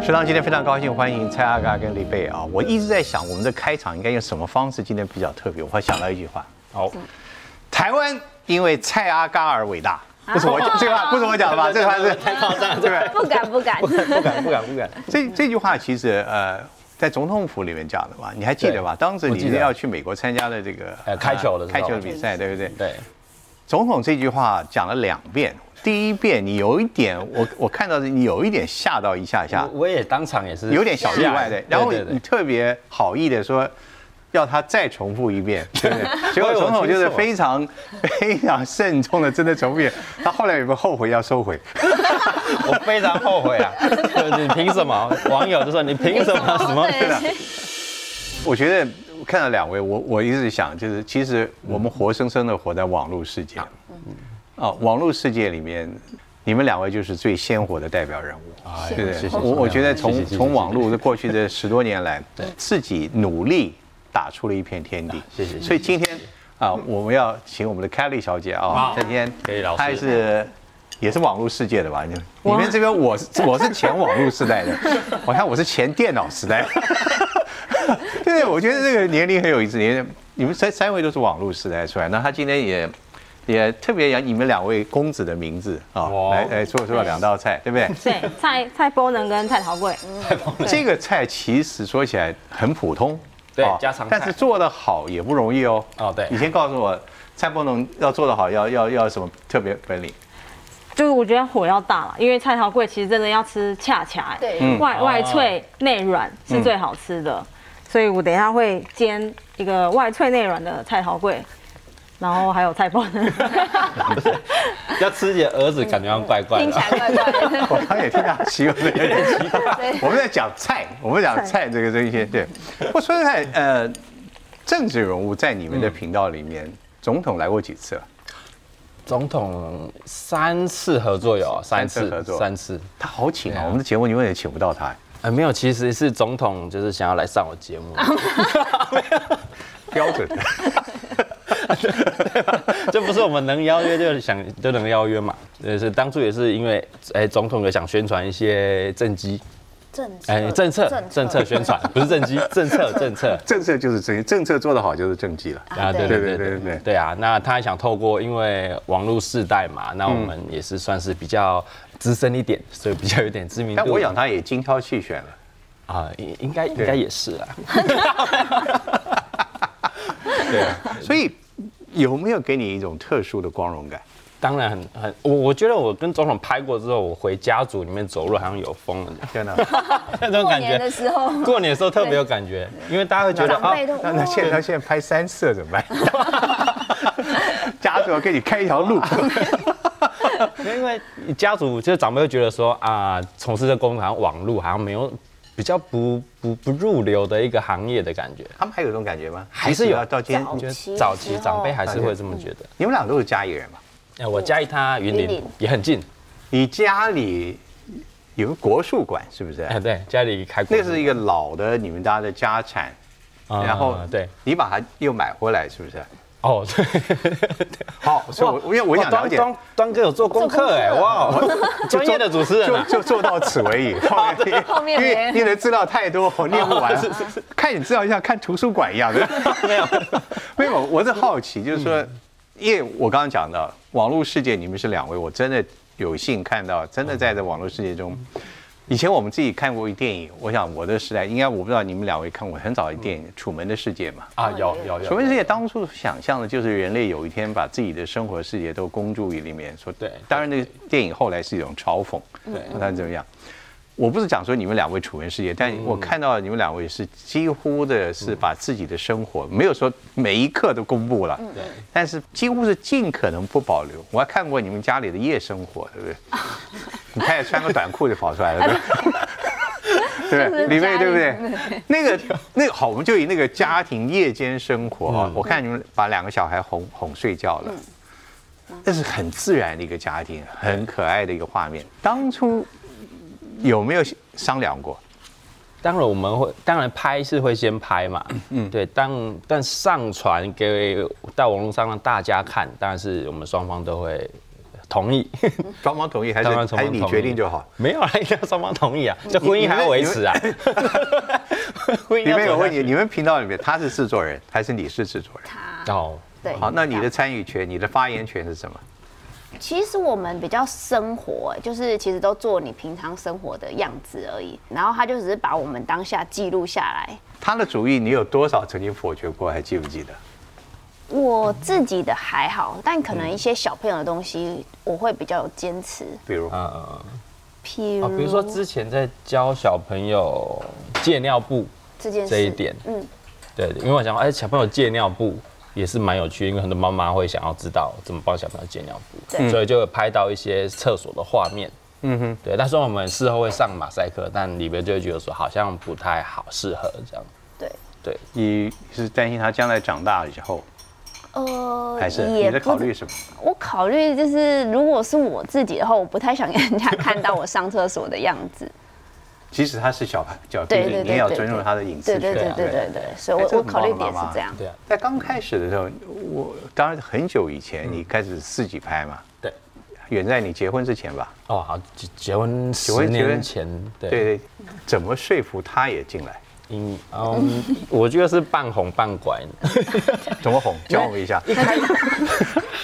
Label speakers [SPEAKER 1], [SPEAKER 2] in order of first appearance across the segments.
[SPEAKER 1] 食堂今天非常高兴欢迎蔡阿嘎跟李贝啊！我一直在想我们的开场应该用什么方式，今天比较特别。我还想到一句话，
[SPEAKER 2] 好，
[SPEAKER 1] 台湾因为蔡阿嘎而伟大，不 是我讲这个话，不是我讲的吧？这个话是
[SPEAKER 2] 太夸张了，对 吧？
[SPEAKER 3] 不敢不敢，
[SPEAKER 2] 不敢不敢不敢，
[SPEAKER 1] 这这句话其实呃，在总统府里面讲的嘛，你还记得吧？
[SPEAKER 2] 对
[SPEAKER 1] 当时
[SPEAKER 2] 我
[SPEAKER 1] 你
[SPEAKER 2] 记得
[SPEAKER 1] 是要去美国参加的这个
[SPEAKER 2] 呃开球的时
[SPEAKER 1] 开
[SPEAKER 2] 候
[SPEAKER 1] 球的比赛，对不对？
[SPEAKER 2] 对，
[SPEAKER 1] 总统这句话讲了两遍，第一遍你有一点，我我看到的你有一点吓到一下下
[SPEAKER 2] 我，我也当场也是
[SPEAKER 1] 有点小意外的
[SPEAKER 2] 对。
[SPEAKER 1] 然后
[SPEAKER 2] 对对
[SPEAKER 1] 你特别好意的说。要他再重复一遍，对不对？结果总统就是非常非常慎重的，真的重复一遍。他后来有没有后悔要收回？
[SPEAKER 2] 我非常后悔 啊！就是你凭什么？网友就说你凭 什么什么？
[SPEAKER 3] 对，
[SPEAKER 1] 我觉得我看到两位，我我一直想，就是其实我们活生生的活在网络世界，啊，网络世界里面，你们两位就是最鲜活的代表人物，
[SPEAKER 2] 哎呀
[SPEAKER 1] 对不
[SPEAKER 2] 谢
[SPEAKER 1] 对？
[SPEAKER 2] 谢
[SPEAKER 1] 我我觉得
[SPEAKER 2] 谢
[SPEAKER 1] 从
[SPEAKER 2] 谢谢谢
[SPEAKER 1] 从网络的过去的十多年来， 自己努力打出了一片天地，
[SPEAKER 2] 啊谢谢谢谢
[SPEAKER 1] 所以今天啊，我们要请我们的凯莉小姐啊
[SPEAKER 2] 好，
[SPEAKER 1] 今天
[SPEAKER 2] 凯莉老师
[SPEAKER 1] 她是。也是网络世界的吧？你你们这边我是我是前网络时代的，我看我是前电脑时代 的。对对，我觉得这个年龄很有意思。你们你们三三位都是网络时代出来，那他今天也也特别讲你们两位公子的名字啊、
[SPEAKER 2] 哇
[SPEAKER 1] 来来做做两道菜，对不对？
[SPEAKER 4] 对，蔡蔡波能跟蔡桃贵，
[SPEAKER 1] 这个菜其实说起来很普通，
[SPEAKER 2] 对
[SPEAKER 1] 啊
[SPEAKER 2] 家常菜
[SPEAKER 1] 但是做得好也不容易哦。
[SPEAKER 2] 哦对
[SPEAKER 1] 以前告诉我，蔡伯农要做得好，要要要什么特别本领？
[SPEAKER 4] 就是我觉得火要大了，因为蔡桃贵其实真的要吃恰恰，
[SPEAKER 3] 对
[SPEAKER 2] 哦
[SPEAKER 4] 外
[SPEAKER 2] 嗯
[SPEAKER 4] 外脆内软是最好吃的，所以我等一下会煎一个外脆内软的蔡桃贵，然后还有蔡波 能，
[SPEAKER 2] 要吃你的儿子，感觉好像怪怪
[SPEAKER 3] 听
[SPEAKER 2] 的啊
[SPEAKER 3] 起。来怪 怪的。
[SPEAKER 1] 我刚刚也听到奇怪，有点奇怪
[SPEAKER 3] 对。
[SPEAKER 1] 我们在讲菜，我们讲菜这个东西。对，我说实在，呃，政治人物在你们的
[SPEAKER 2] 嗯
[SPEAKER 1] 频道里面，总统来过几次了？
[SPEAKER 2] 总统三次合作有，啊
[SPEAKER 1] 三
[SPEAKER 2] 三次
[SPEAKER 1] 次合作
[SPEAKER 2] 三次。
[SPEAKER 1] 他好请
[SPEAKER 2] 对
[SPEAKER 1] 啊，
[SPEAKER 2] 啊
[SPEAKER 1] 我们的节目永远也请不到他。
[SPEAKER 2] 呃，没有，其实是总统就是想要来上我节目，
[SPEAKER 1] 标准的，
[SPEAKER 2] 这不是我们能邀约就想就能邀约嘛。就是当初也是因为，哎，总统有想宣传一些政绩，
[SPEAKER 3] 政
[SPEAKER 2] 哎，政策政策宣 传，不是政绩，政策政策。
[SPEAKER 1] 政策就是政政策做得好就是政绩了。
[SPEAKER 2] 啊，对
[SPEAKER 1] 对对
[SPEAKER 2] 对对
[SPEAKER 1] 对
[SPEAKER 2] 对
[SPEAKER 1] 对
[SPEAKER 2] 对对啊！那他还想透过，因为网络世代嘛，那我们也是算是比较资深一点，所以比较有点知名度。
[SPEAKER 1] 但我想他也精挑细选了。
[SPEAKER 2] 啊，应应该应该也是啊啦。
[SPEAKER 1] 所以有没有给你一种特殊的光荣感？
[SPEAKER 2] 当然很很，我我觉得我跟总统拍过之后，我回家族里面走路好像有风了，
[SPEAKER 1] 天 哪！
[SPEAKER 2] 那种
[SPEAKER 3] 过
[SPEAKER 2] 感
[SPEAKER 3] 年
[SPEAKER 2] 觉
[SPEAKER 3] 的。时候，
[SPEAKER 2] 过年的时候特别有感觉，因为大家会觉得
[SPEAKER 3] 长辈都
[SPEAKER 1] 那那现在
[SPEAKER 2] 哦
[SPEAKER 1] 现在拍三次了怎么办？ 家族给你开一条 路，
[SPEAKER 2] 哦因为家族就是长辈会觉得说啊，从事这工作好像网络好像没有比较不不不入流的一个行业的感觉，
[SPEAKER 1] 他们还有这种感觉吗？
[SPEAKER 2] 还是有
[SPEAKER 1] 到今天
[SPEAKER 3] 早
[SPEAKER 2] 觉
[SPEAKER 3] 期
[SPEAKER 2] 得
[SPEAKER 3] 的
[SPEAKER 2] 早
[SPEAKER 3] 时
[SPEAKER 2] 期
[SPEAKER 3] 候
[SPEAKER 2] 长辈还是会这么觉得。
[SPEAKER 1] 你们俩都是嘉义人嘛？
[SPEAKER 2] 哎，我嘉义他云
[SPEAKER 3] 云
[SPEAKER 2] 林
[SPEAKER 3] 林
[SPEAKER 2] 也很近，
[SPEAKER 1] 你家里有个国术馆是不是？
[SPEAKER 2] 哎，对，家里开过
[SPEAKER 1] 那是一个老的你们家的家产，
[SPEAKER 2] 啊
[SPEAKER 1] 然后
[SPEAKER 2] 对，
[SPEAKER 1] 你把它又买回来是不是？
[SPEAKER 2] 哦， 对，
[SPEAKER 1] 好，所以我因为我想了解
[SPEAKER 2] 哇，端端端哥有做功课哎，哇， 专业的主持人
[SPEAKER 1] 就
[SPEAKER 2] 啊，
[SPEAKER 1] 就 做到此为止。后
[SPEAKER 3] 后面
[SPEAKER 1] 因
[SPEAKER 3] 没
[SPEAKER 1] 为因为资料太多，我念不 完。看你资料像看图书馆一样 的，没有没有，我是好奇，就是说，
[SPEAKER 3] 嗯
[SPEAKER 1] 因为我刚刚讲到网络世界，你们是两位，我真的有幸看到，真的在这网络世界中。以前我们自己看过一电影，我想我的时代应该我不知道你们两位看过很早的电影《楚门的世界》嘛？
[SPEAKER 2] 啊，有有有，
[SPEAKER 1] 楚门世界当初想象的就是人类有一天把自己的生活世界都公诸于里面，说
[SPEAKER 2] 对
[SPEAKER 1] 当然，那个电影后来是一种嘲讽，
[SPEAKER 2] 对
[SPEAKER 1] 那怎么样？我不是讲说你们两位楚门世界，
[SPEAKER 2] 嗯
[SPEAKER 1] 但我看到你们两位是几乎的是把自己的生活，没有说每一刻都公布了，
[SPEAKER 2] 嗯对，
[SPEAKER 1] 但是几乎是尽可能不保留。我还看过你们家里的夜生活，对不对？你太太穿个短裤就跑出来了，
[SPEAKER 2] 啊
[SPEAKER 1] 对不对？对不对，李卫对不对？那个那个好，我们就以那个家庭夜间生活啊
[SPEAKER 2] 嗯，
[SPEAKER 1] 我看你们把两个小孩哄哄睡觉了。
[SPEAKER 2] 嗯
[SPEAKER 1] 那是很自然的一个家庭，很可爱的一个画面。当初有没有商量过？
[SPEAKER 2] 当然我们会，当然拍是会先拍嘛，嗯，对，但但上传给到网络上让大家看，当然是我们双方都会 同意，
[SPEAKER 1] 双方同意还是
[SPEAKER 2] 当然双
[SPEAKER 1] 还
[SPEAKER 2] 方
[SPEAKER 1] 是你
[SPEAKER 2] 同意
[SPEAKER 1] 决定就好？
[SPEAKER 2] 没有啊，一定要双方同意啊，这婚姻还要维持啊。婚
[SPEAKER 1] 里
[SPEAKER 2] 姻嗯要
[SPEAKER 1] 面有
[SPEAKER 2] 走下
[SPEAKER 1] 问
[SPEAKER 2] 去
[SPEAKER 1] 题，你们频道里面他是制作人还是你是制作人？
[SPEAKER 3] 他
[SPEAKER 2] 哦，
[SPEAKER 3] 对，
[SPEAKER 1] 好，那你的参与权、你的发言权是什么？
[SPEAKER 3] 其实我们比较生活，欸就是其实都做你平常生活的样子而已。然后他就只是把我们当下记录下来。
[SPEAKER 1] 他的主意你有多少曾经否决过？还记不记得？
[SPEAKER 3] 我自己的还好，但可能
[SPEAKER 1] 嗯
[SPEAKER 3] 一些小朋友的东西，我会比较有坚持。
[SPEAKER 1] 比如，
[SPEAKER 2] 呃，
[SPEAKER 1] 嗯
[SPEAKER 3] 譬
[SPEAKER 1] 哦
[SPEAKER 3] 如，
[SPEAKER 2] 啊比如说之前在教小朋友借尿布，
[SPEAKER 3] 这件事
[SPEAKER 2] 这一点
[SPEAKER 3] 嗯，
[SPEAKER 2] 对，因为我想说，哎、小朋友借尿布也是蛮有趣，因为很多妈妈会想要知道怎么帮小朋友借尿布，
[SPEAKER 3] 对
[SPEAKER 2] 所以就有拍到一些厕所的画面。嗯哼，对，但是我们事后会上马赛克，但里面就会觉得说好像不太好适合这样。
[SPEAKER 3] 对，
[SPEAKER 2] 对，
[SPEAKER 1] 你是担心他将来长大以后，
[SPEAKER 3] 呃，
[SPEAKER 1] 还是你的考虑
[SPEAKER 3] 不
[SPEAKER 1] 什么？
[SPEAKER 3] 我考虑就是，如果是我自己的话，我不太想给人家看到我上厕所的样子。
[SPEAKER 1] 即使他是小孩小
[SPEAKER 3] 对
[SPEAKER 1] 弟弟，
[SPEAKER 3] 对对
[SPEAKER 1] 你也要
[SPEAKER 3] 对
[SPEAKER 1] 尊重
[SPEAKER 3] 对
[SPEAKER 1] 他的隐私
[SPEAKER 3] 对
[SPEAKER 1] 权。
[SPEAKER 3] 对对
[SPEAKER 1] 不
[SPEAKER 3] 对对对，所以
[SPEAKER 1] 哎这
[SPEAKER 3] 我我
[SPEAKER 1] 很棒
[SPEAKER 3] 考虑
[SPEAKER 1] 的
[SPEAKER 3] 点是
[SPEAKER 1] 妈妈
[SPEAKER 3] 这样。
[SPEAKER 2] 对啊，
[SPEAKER 1] 在刚开始的时候，我当然很久以前，
[SPEAKER 3] 嗯
[SPEAKER 1] 你开始自己拍嘛，
[SPEAKER 2] 对，
[SPEAKER 1] 远在你结婚之前吧？
[SPEAKER 2] 哦，好，结结婚
[SPEAKER 1] 婚
[SPEAKER 2] 十
[SPEAKER 1] 结
[SPEAKER 2] 年
[SPEAKER 1] 婚
[SPEAKER 2] 前，对，
[SPEAKER 1] 对对，怎么说服他也进 来？
[SPEAKER 2] 嗯，嗯，我觉得是半红半拐，
[SPEAKER 1] 怎么哄？教我们一下。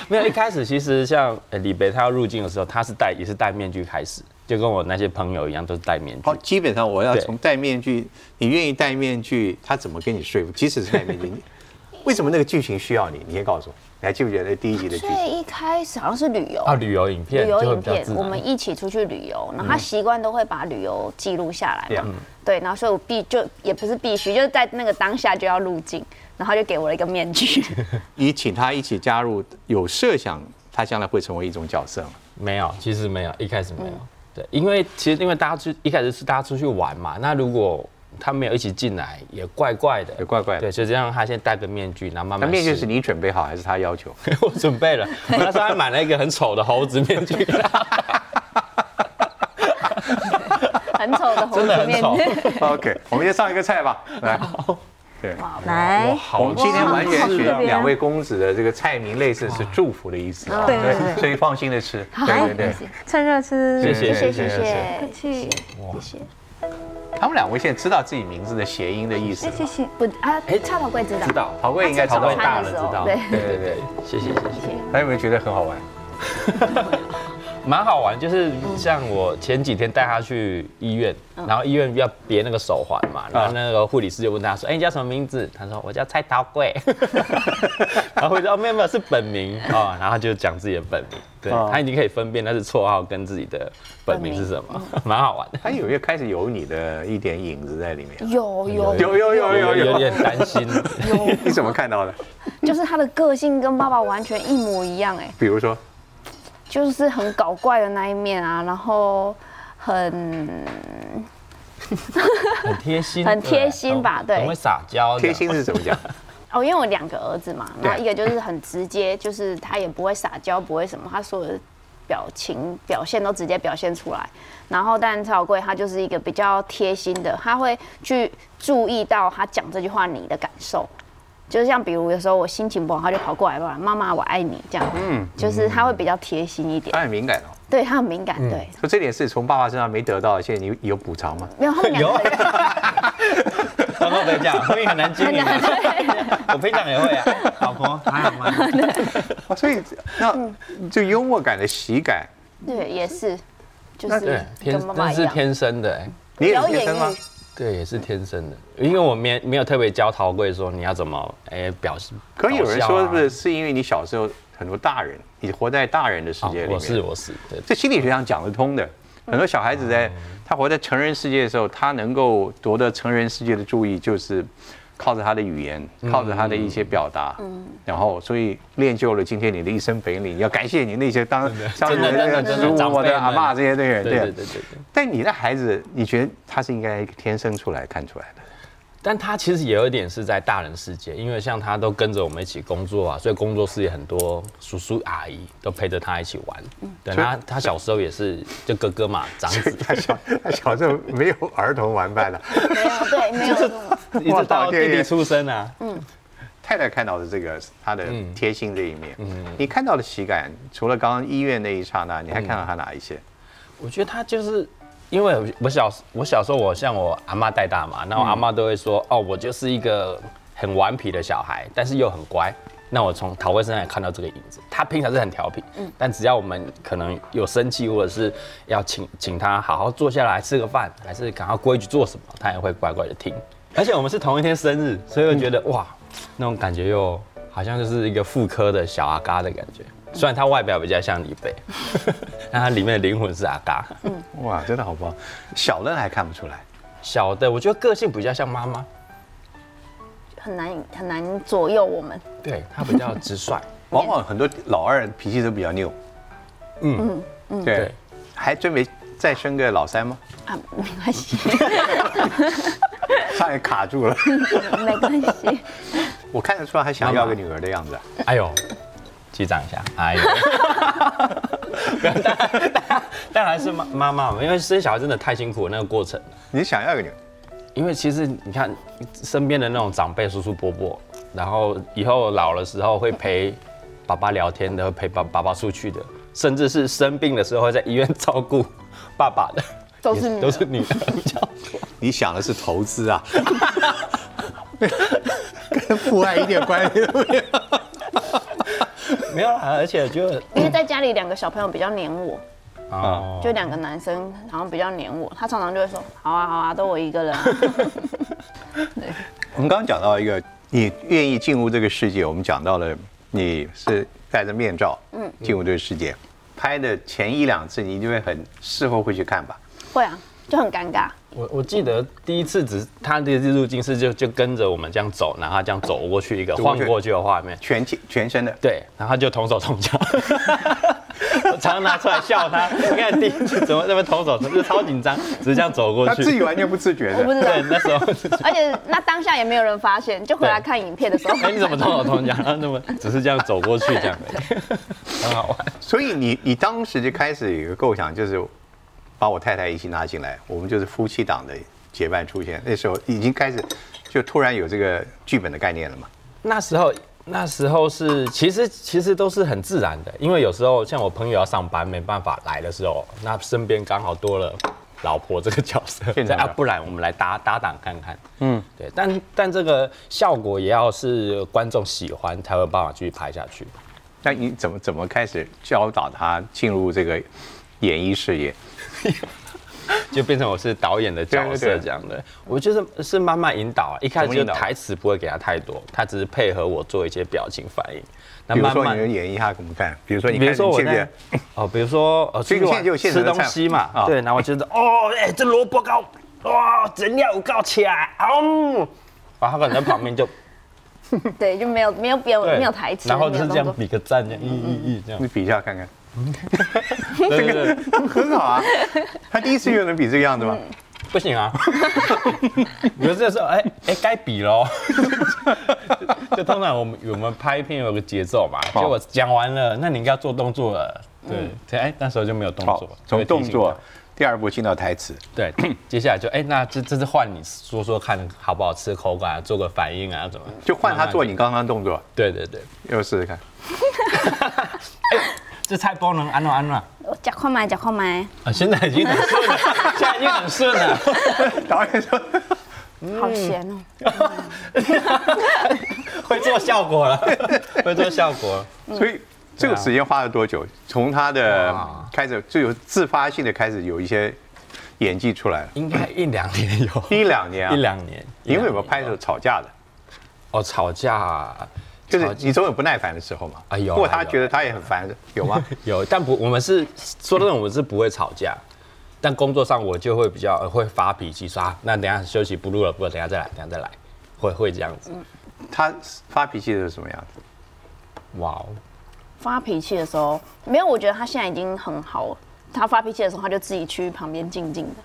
[SPEAKER 2] 没有，一开始其实像呃李北他要入境的时候，他是戴也是戴面具开始，就跟我那些朋友一样，都是戴面具
[SPEAKER 1] 好，。基本上我要
[SPEAKER 2] 对
[SPEAKER 1] 从戴面具，你愿意戴面具，他怎么跟你说服？即使是戴面具，你 为什么那个剧情需要你？你先告诉我，你还记不记得那第一集的剧
[SPEAKER 3] 所
[SPEAKER 1] 情？
[SPEAKER 3] 以一开始好像是旅游
[SPEAKER 2] 啊，旅游影片
[SPEAKER 3] 旅游
[SPEAKER 2] 就会
[SPEAKER 3] 影
[SPEAKER 2] 比较
[SPEAKER 3] 片，
[SPEAKER 2] 自
[SPEAKER 3] 我
[SPEAKER 2] 然嗯
[SPEAKER 3] 们。一起出去旅游，然后他习惯都会把旅游记录下来嘛
[SPEAKER 1] Yeah 嗯。
[SPEAKER 3] 对，然后所以我必就也不是必须，就是在那个当下就要入境，然后就给我了一个 面具。
[SPEAKER 1] 你请他一起加入，有设想他将来会成为一种角色吗？
[SPEAKER 2] 没有，其实没有，一开始没有。
[SPEAKER 3] 嗯
[SPEAKER 2] 对，因为其实因为大家出一开始是大家出去玩嘛，那如果他没有一起进来，也怪怪的，
[SPEAKER 1] 也怪怪的
[SPEAKER 2] 对，所以就让他先戴个面具，然后慢
[SPEAKER 1] 那
[SPEAKER 2] 慢。
[SPEAKER 1] 面具是你准备好还是他要求？
[SPEAKER 2] 我准备了，我那时候还买了一个很丑的猴子面具 给他，
[SPEAKER 3] 很丑的红
[SPEAKER 2] 真的
[SPEAKER 3] 色
[SPEAKER 2] 很
[SPEAKER 3] 面
[SPEAKER 2] 丑。
[SPEAKER 3] 具。
[SPEAKER 1] OK，我们先上一个菜吧，来。对，
[SPEAKER 3] 哎
[SPEAKER 4] 来，
[SPEAKER 1] 我们今天
[SPEAKER 4] 哇
[SPEAKER 1] 完全
[SPEAKER 4] 好
[SPEAKER 1] 学
[SPEAKER 4] 特别
[SPEAKER 1] 两位公子的这个菜名类似是祝福的意思啊，
[SPEAKER 4] 对对对
[SPEAKER 1] 所以放心的吃，对对对，
[SPEAKER 4] 趁热吃，
[SPEAKER 1] 对
[SPEAKER 2] 谢
[SPEAKER 3] 谢
[SPEAKER 2] 谢
[SPEAKER 3] 谢
[SPEAKER 1] 对
[SPEAKER 3] 谢
[SPEAKER 1] 对对
[SPEAKER 3] 谢，
[SPEAKER 4] 去，
[SPEAKER 1] 他们两位现在知道自己名字的谐音的意思
[SPEAKER 4] 哎，
[SPEAKER 1] 吗？
[SPEAKER 4] 谢谢。
[SPEAKER 3] 不啊，差头贵知道，
[SPEAKER 2] 知道，
[SPEAKER 1] 好贵应该知
[SPEAKER 2] 好
[SPEAKER 1] 道
[SPEAKER 2] 贵
[SPEAKER 3] 早
[SPEAKER 2] 大
[SPEAKER 3] 餐
[SPEAKER 2] 了
[SPEAKER 3] 的
[SPEAKER 2] 知
[SPEAKER 3] 时候
[SPEAKER 2] 道，
[SPEAKER 3] 对
[SPEAKER 2] 对对对，谢谢谢谢。
[SPEAKER 1] 还有没有觉得很好玩？
[SPEAKER 2] 蛮好玩，就是像我前几天带他去医院，
[SPEAKER 3] 嗯
[SPEAKER 2] 然后医院要别那个手环嘛，然后那个护理师就问他说：“哎、你叫什么名字？”他说：“我叫蔡桃 贵。”然后会说：“哦，没有没有，是本名 哦。”然后他就讲自己的本名，对、
[SPEAKER 1] 哦
[SPEAKER 2] 他已经可以分辨那是绰号跟自己的本名是什么， 蛮好玩的。
[SPEAKER 1] 他有没有开始有你的一点影子在里面？
[SPEAKER 3] 有有
[SPEAKER 1] 有有有有
[SPEAKER 2] 有
[SPEAKER 1] 有，
[SPEAKER 2] 点担心，
[SPEAKER 1] 你怎么看到的？
[SPEAKER 3] 就是他的个性跟爸爸完全一模一样，哎，
[SPEAKER 1] 比如说，
[SPEAKER 3] 就是很搞怪的那一面啊，然后很
[SPEAKER 2] 很贴心，啊
[SPEAKER 3] 很贴心吧对
[SPEAKER 2] 很会撒娇的，
[SPEAKER 1] 贴心是怎么讲？
[SPEAKER 3] 哦，因为我两个儿子嘛，
[SPEAKER 1] 对
[SPEAKER 3] 然后一个就是很直接，就是他也不会撒娇，不会什么，他所有的表情表现都直接表现出来。然后，但曹贵他就是一个比较贴心的，他会去注意到他讲这句话你的感受。就是像比如有时候我心情不好，他就跑过来吧，妈妈我爱你这样，嗯，就是他会比较贴心一点
[SPEAKER 1] 他，很敏感哦，
[SPEAKER 3] 对他很敏感，对，
[SPEAKER 1] 说这点是从爸爸身上没得到的，现在你有补偿吗？
[SPEAKER 3] 没有他们两个人
[SPEAKER 2] 然后被讲，婚姻很难经营啊。我平常也会啊， 老婆还好吗？
[SPEAKER 1] 哦 所以那
[SPEAKER 3] 嗯
[SPEAKER 1] 就幽默感的喜感，
[SPEAKER 3] 对也是，就
[SPEAKER 2] 对
[SPEAKER 3] 是，
[SPEAKER 2] 天
[SPEAKER 3] 跟妈，妈
[SPEAKER 2] 那
[SPEAKER 3] 一
[SPEAKER 2] 是
[SPEAKER 3] 样，
[SPEAKER 2] 天生的、哎。
[SPEAKER 1] 你也是
[SPEAKER 3] 表
[SPEAKER 1] 天
[SPEAKER 3] 演
[SPEAKER 1] 生吗
[SPEAKER 3] 欲？
[SPEAKER 2] 对，也是天生的，因为我没没有特别教陶贵说你要怎么哎、表示。
[SPEAKER 1] 可有人
[SPEAKER 2] 搞笑
[SPEAKER 1] 说
[SPEAKER 2] 啊
[SPEAKER 1] 是不是是因为你小时候很多大人，你活在大人的世
[SPEAKER 2] 哦
[SPEAKER 1] 界里面？
[SPEAKER 2] 我是我是对，
[SPEAKER 1] 这心理学上讲得通的。很多小孩子
[SPEAKER 2] 嗯
[SPEAKER 1] 在他活在成人世界的时候，他能够夺得成人世界的注意，就是靠着他的语言，靠着他的
[SPEAKER 2] 嗯
[SPEAKER 1] 一些表达，
[SPEAKER 3] 嗯
[SPEAKER 1] 然后所以练就了今天你的一身本领。要感谢你那些当当
[SPEAKER 2] 真的
[SPEAKER 1] 年那
[SPEAKER 2] 真的
[SPEAKER 1] 个
[SPEAKER 2] 真的
[SPEAKER 1] 叔
[SPEAKER 2] 长
[SPEAKER 1] 我
[SPEAKER 2] 辈
[SPEAKER 1] 的
[SPEAKER 2] 们
[SPEAKER 1] 阿爸这些队员，
[SPEAKER 2] 对对对
[SPEAKER 1] 哎对。啊
[SPEAKER 2] 对对。
[SPEAKER 1] 但你的孩子，你觉得他是应该天生出来看出来的？
[SPEAKER 2] 但他其实也有一点是在大人世界，因为像他都跟着我们一起工作啊，所以工作室也很多叔叔阿姨都陪着他一起玩。对，
[SPEAKER 1] 所以
[SPEAKER 2] 他他小时候也是就哥哥嘛，长子，
[SPEAKER 1] 他小他小时候没有儿童玩伴的，
[SPEAKER 3] 没有对没有这种。
[SPEAKER 2] 一直到
[SPEAKER 1] 老天
[SPEAKER 2] 弟
[SPEAKER 1] 爷
[SPEAKER 2] 弟出生啊。
[SPEAKER 1] 太太看到的这个她的贴心这一面，你看到的喜感，除了刚刚医院那一刹那，你还看到她哪一些？
[SPEAKER 2] 我觉得他就是因为我小我小时候我像我阿妈带大嘛，那我阿妈都会说、哦，我就是一个很顽皮的小孩，但是又很乖。那我从陶慧身上也看到这个影子，他平常是很调皮，但只要我们可能有生气或者是要请请他好好坐下来吃个饭，还是赶快规矩做什么，他也会乖乖的听。而且我们是同一天生日，所以我觉得、哇，那种感觉又好像就是一个妇科的小阿嘎的感觉。虽然他外表比较像李贝， 但他里面的灵魂是阿嘎。
[SPEAKER 1] 嗯哇，真的好棒！小人还看不出来，
[SPEAKER 2] 小的，我觉得个性比较像妈妈，
[SPEAKER 3] 很难很难左右我们。
[SPEAKER 2] 对他比较直率。
[SPEAKER 1] 往往很多老二脾气都比较拗。
[SPEAKER 2] 嗯
[SPEAKER 1] 嗯，
[SPEAKER 2] 对
[SPEAKER 1] 对，还真没再生个老三吗？
[SPEAKER 3] 啊，没关系，
[SPEAKER 1] 差点卡住了，
[SPEAKER 3] 没关系。
[SPEAKER 1] 我看得出来还想要个女儿的样子啊。
[SPEAKER 2] 哎呦，击掌一下，哎呦， 当然是妈妈妈嘛，因为生小孩真的太辛苦了那个过程。
[SPEAKER 1] 你想要个女儿，
[SPEAKER 2] 因为其实你看身边的那种长辈叔叔伯伯，然后以后老的时候会陪爸爸聊天的，会陪爸爸爸出去的，甚至是生病的时候会在医院照顾爸爸的，
[SPEAKER 3] 都是女儿
[SPEAKER 2] 都是女的。
[SPEAKER 1] 你想的是投资 啊，跟父爱一点关系都没有。
[SPEAKER 2] 没有啦，而且就
[SPEAKER 3] 因为在家里两个小朋友比较黏我，
[SPEAKER 2] 哦，
[SPEAKER 3] 就两个男生好像比较黏我，他常常就会说好啊好啊，都我一个 人啊、
[SPEAKER 1] 我们刚刚讲到一个，你愿意进入这个世界，我们讲到了你是戴着面罩，嗯，进入这个世界。拍的前一两次，你就会很事后会去看吧？
[SPEAKER 3] 会啊，就很尴尬。
[SPEAKER 2] 我我记得第一次只是他第一次入境是就就跟着我们这样走，然后他这样走过去一个
[SPEAKER 1] 走过
[SPEAKER 2] 晃
[SPEAKER 1] 去
[SPEAKER 2] 过去的画面，
[SPEAKER 1] 全体全身的，
[SPEAKER 2] 对，然后他就同手同脚， 我常常拿出来笑他。你看第一次怎么那么同手同，就超紧张，只是这样走过
[SPEAKER 1] 他
[SPEAKER 2] 去。
[SPEAKER 1] 自己完全不自觉
[SPEAKER 3] 我不
[SPEAKER 1] 的。
[SPEAKER 3] 知道
[SPEAKER 2] 对，，那时候，
[SPEAKER 3] 而且那当下也没有人发现，就回来
[SPEAKER 2] 对
[SPEAKER 3] 看影片的时候，
[SPEAKER 2] 哎，你怎么同手同脚？然后那么只是这样走过去这样的，很好玩。
[SPEAKER 1] 所以你你当时就开始有一个构想，就是把我太太一起拉进来，我们就是夫妻档的结伴出现。那时候已经开始就突然有这个剧本的概念了嘛？
[SPEAKER 2] 那时候那时候是其实其实都是很自然的，因为有时候像我朋友要上班没办法来的时候，那身边刚好多了老婆这个角 色，
[SPEAKER 1] 现
[SPEAKER 2] 在
[SPEAKER 1] 在
[SPEAKER 2] 啊
[SPEAKER 1] 的，
[SPEAKER 2] 不然我们来搭搭档看看。嗯，对，但但这个效果也要是观众喜欢才有办法继续拍下去。
[SPEAKER 1] 那你怎么怎么开始教导他进入这个演艺事业？
[SPEAKER 2] 就变成我是导演的角
[SPEAKER 1] 对对
[SPEAKER 2] 色
[SPEAKER 1] 对
[SPEAKER 2] 这样的。我就是是慢慢引导啊，一开始
[SPEAKER 1] 怎么
[SPEAKER 2] 就
[SPEAKER 1] 引导
[SPEAKER 2] 台词不会给他太多，他只是配合我做一些表情反应。那
[SPEAKER 1] 比如说你能演绎一下给我们看，比如说你
[SPEAKER 2] 比
[SPEAKER 1] 看
[SPEAKER 2] 如
[SPEAKER 1] 你
[SPEAKER 2] 说我
[SPEAKER 1] 记不记
[SPEAKER 2] 在
[SPEAKER 1] 得？
[SPEAKER 2] 哦，比如说呃，出
[SPEAKER 1] 这个现
[SPEAKER 2] 去玩
[SPEAKER 1] 在就有现
[SPEAKER 2] 吃
[SPEAKER 1] 成的
[SPEAKER 2] 东
[SPEAKER 1] 菜
[SPEAKER 2] 西嘛，
[SPEAKER 1] 啊
[SPEAKER 2] 对，然后我就是哦，哎，这萝卜糕，哇，整料有够起来，嗯，然后他可能在旁边 就
[SPEAKER 3] 对，就没有没有别
[SPEAKER 2] 对
[SPEAKER 3] 没有台词，
[SPEAKER 2] 然后
[SPEAKER 3] 没
[SPEAKER 2] 就
[SPEAKER 3] 有
[SPEAKER 2] 是这
[SPEAKER 3] 动
[SPEAKER 2] 样
[SPEAKER 3] 作
[SPEAKER 2] 比个赞，这样，嗯嗯嗯，这样
[SPEAKER 1] 你，比一下看 看，
[SPEAKER 2] 对对 对，
[SPEAKER 1] 很好啊。他第一次就能比这个样子吗？
[SPEAKER 2] 不行 啊！有的时候，哎哎，该比喽。 就通常我们我们拍片有个节奏嘛，
[SPEAKER 1] 好
[SPEAKER 2] 结果讲完了，那你应该要做动作了。对，所以哎，那时候就没有动
[SPEAKER 1] 好
[SPEAKER 2] 作，，
[SPEAKER 1] 从
[SPEAKER 2] 就会
[SPEAKER 1] 动
[SPEAKER 2] 提醒
[SPEAKER 1] 作，第二步进到台词。
[SPEAKER 2] 他。对， 接下来就哎，那这这次换你说说看好不好吃，口感啊，做个反应啊，怎么？
[SPEAKER 1] 就换他做
[SPEAKER 2] 慢慢
[SPEAKER 1] 你刚刚动作，
[SPEAKER 2] 对对对，
[SPEAKER 1] 又试试看。
[SPEAKER 2] 这菜包能安暖安暖
[SPEAKER 3] 我夹哦快买夹快买，
[SPEAKER 2] 啊，现在已经很顺 了，现在已经很顺 了。嗯
[SPEAKER 1] 导演说
[SPEAKER 3] 好咸哦。
[SPEAKER 2] 会做效果 了，会做效果了。：“
[SPEAKER 1] 所以这个时间花了多久？从他的
[SPEAKER 2] 哇
[SPEAKER 1] 开始就有自发性的开始有一些演技出来了。
[SPEAKER 2] 应该一两年有，
[SPEAKER 1] 一两年啊，
[SPEAKER 2] 一两年。
[SPEAKER 1] 你们有没有
[SPEAKER 2] 一两年
[SPEAKER 1] 拍的时候吵架的？
[SPEAKER 2] 哦，吵架啊
[SPEAKER 1] 就是你总有不耐烦的时候嘛。
[SPEAKER 2] 哎有啊
[SPEAKER 1] 或他觉得他也很烦，有 吗？
[SPEAKER 2] 有，但不，我们是说真的，我们是不会吵架。但工作上我就会比较呃会发脾气，说啊，那等一下休息不录了，不，等一下再来，等一下再来，会会这样子。
[SPEAKER 1] 他发脾气的时候什么样子？嗯
[SPEAKER 2] 哇哦，
[SPEAKER 3] 发脾气的时候，没有，我觉得他现在已经很好了。他发脾气的时候，他就自己去旁边静静的，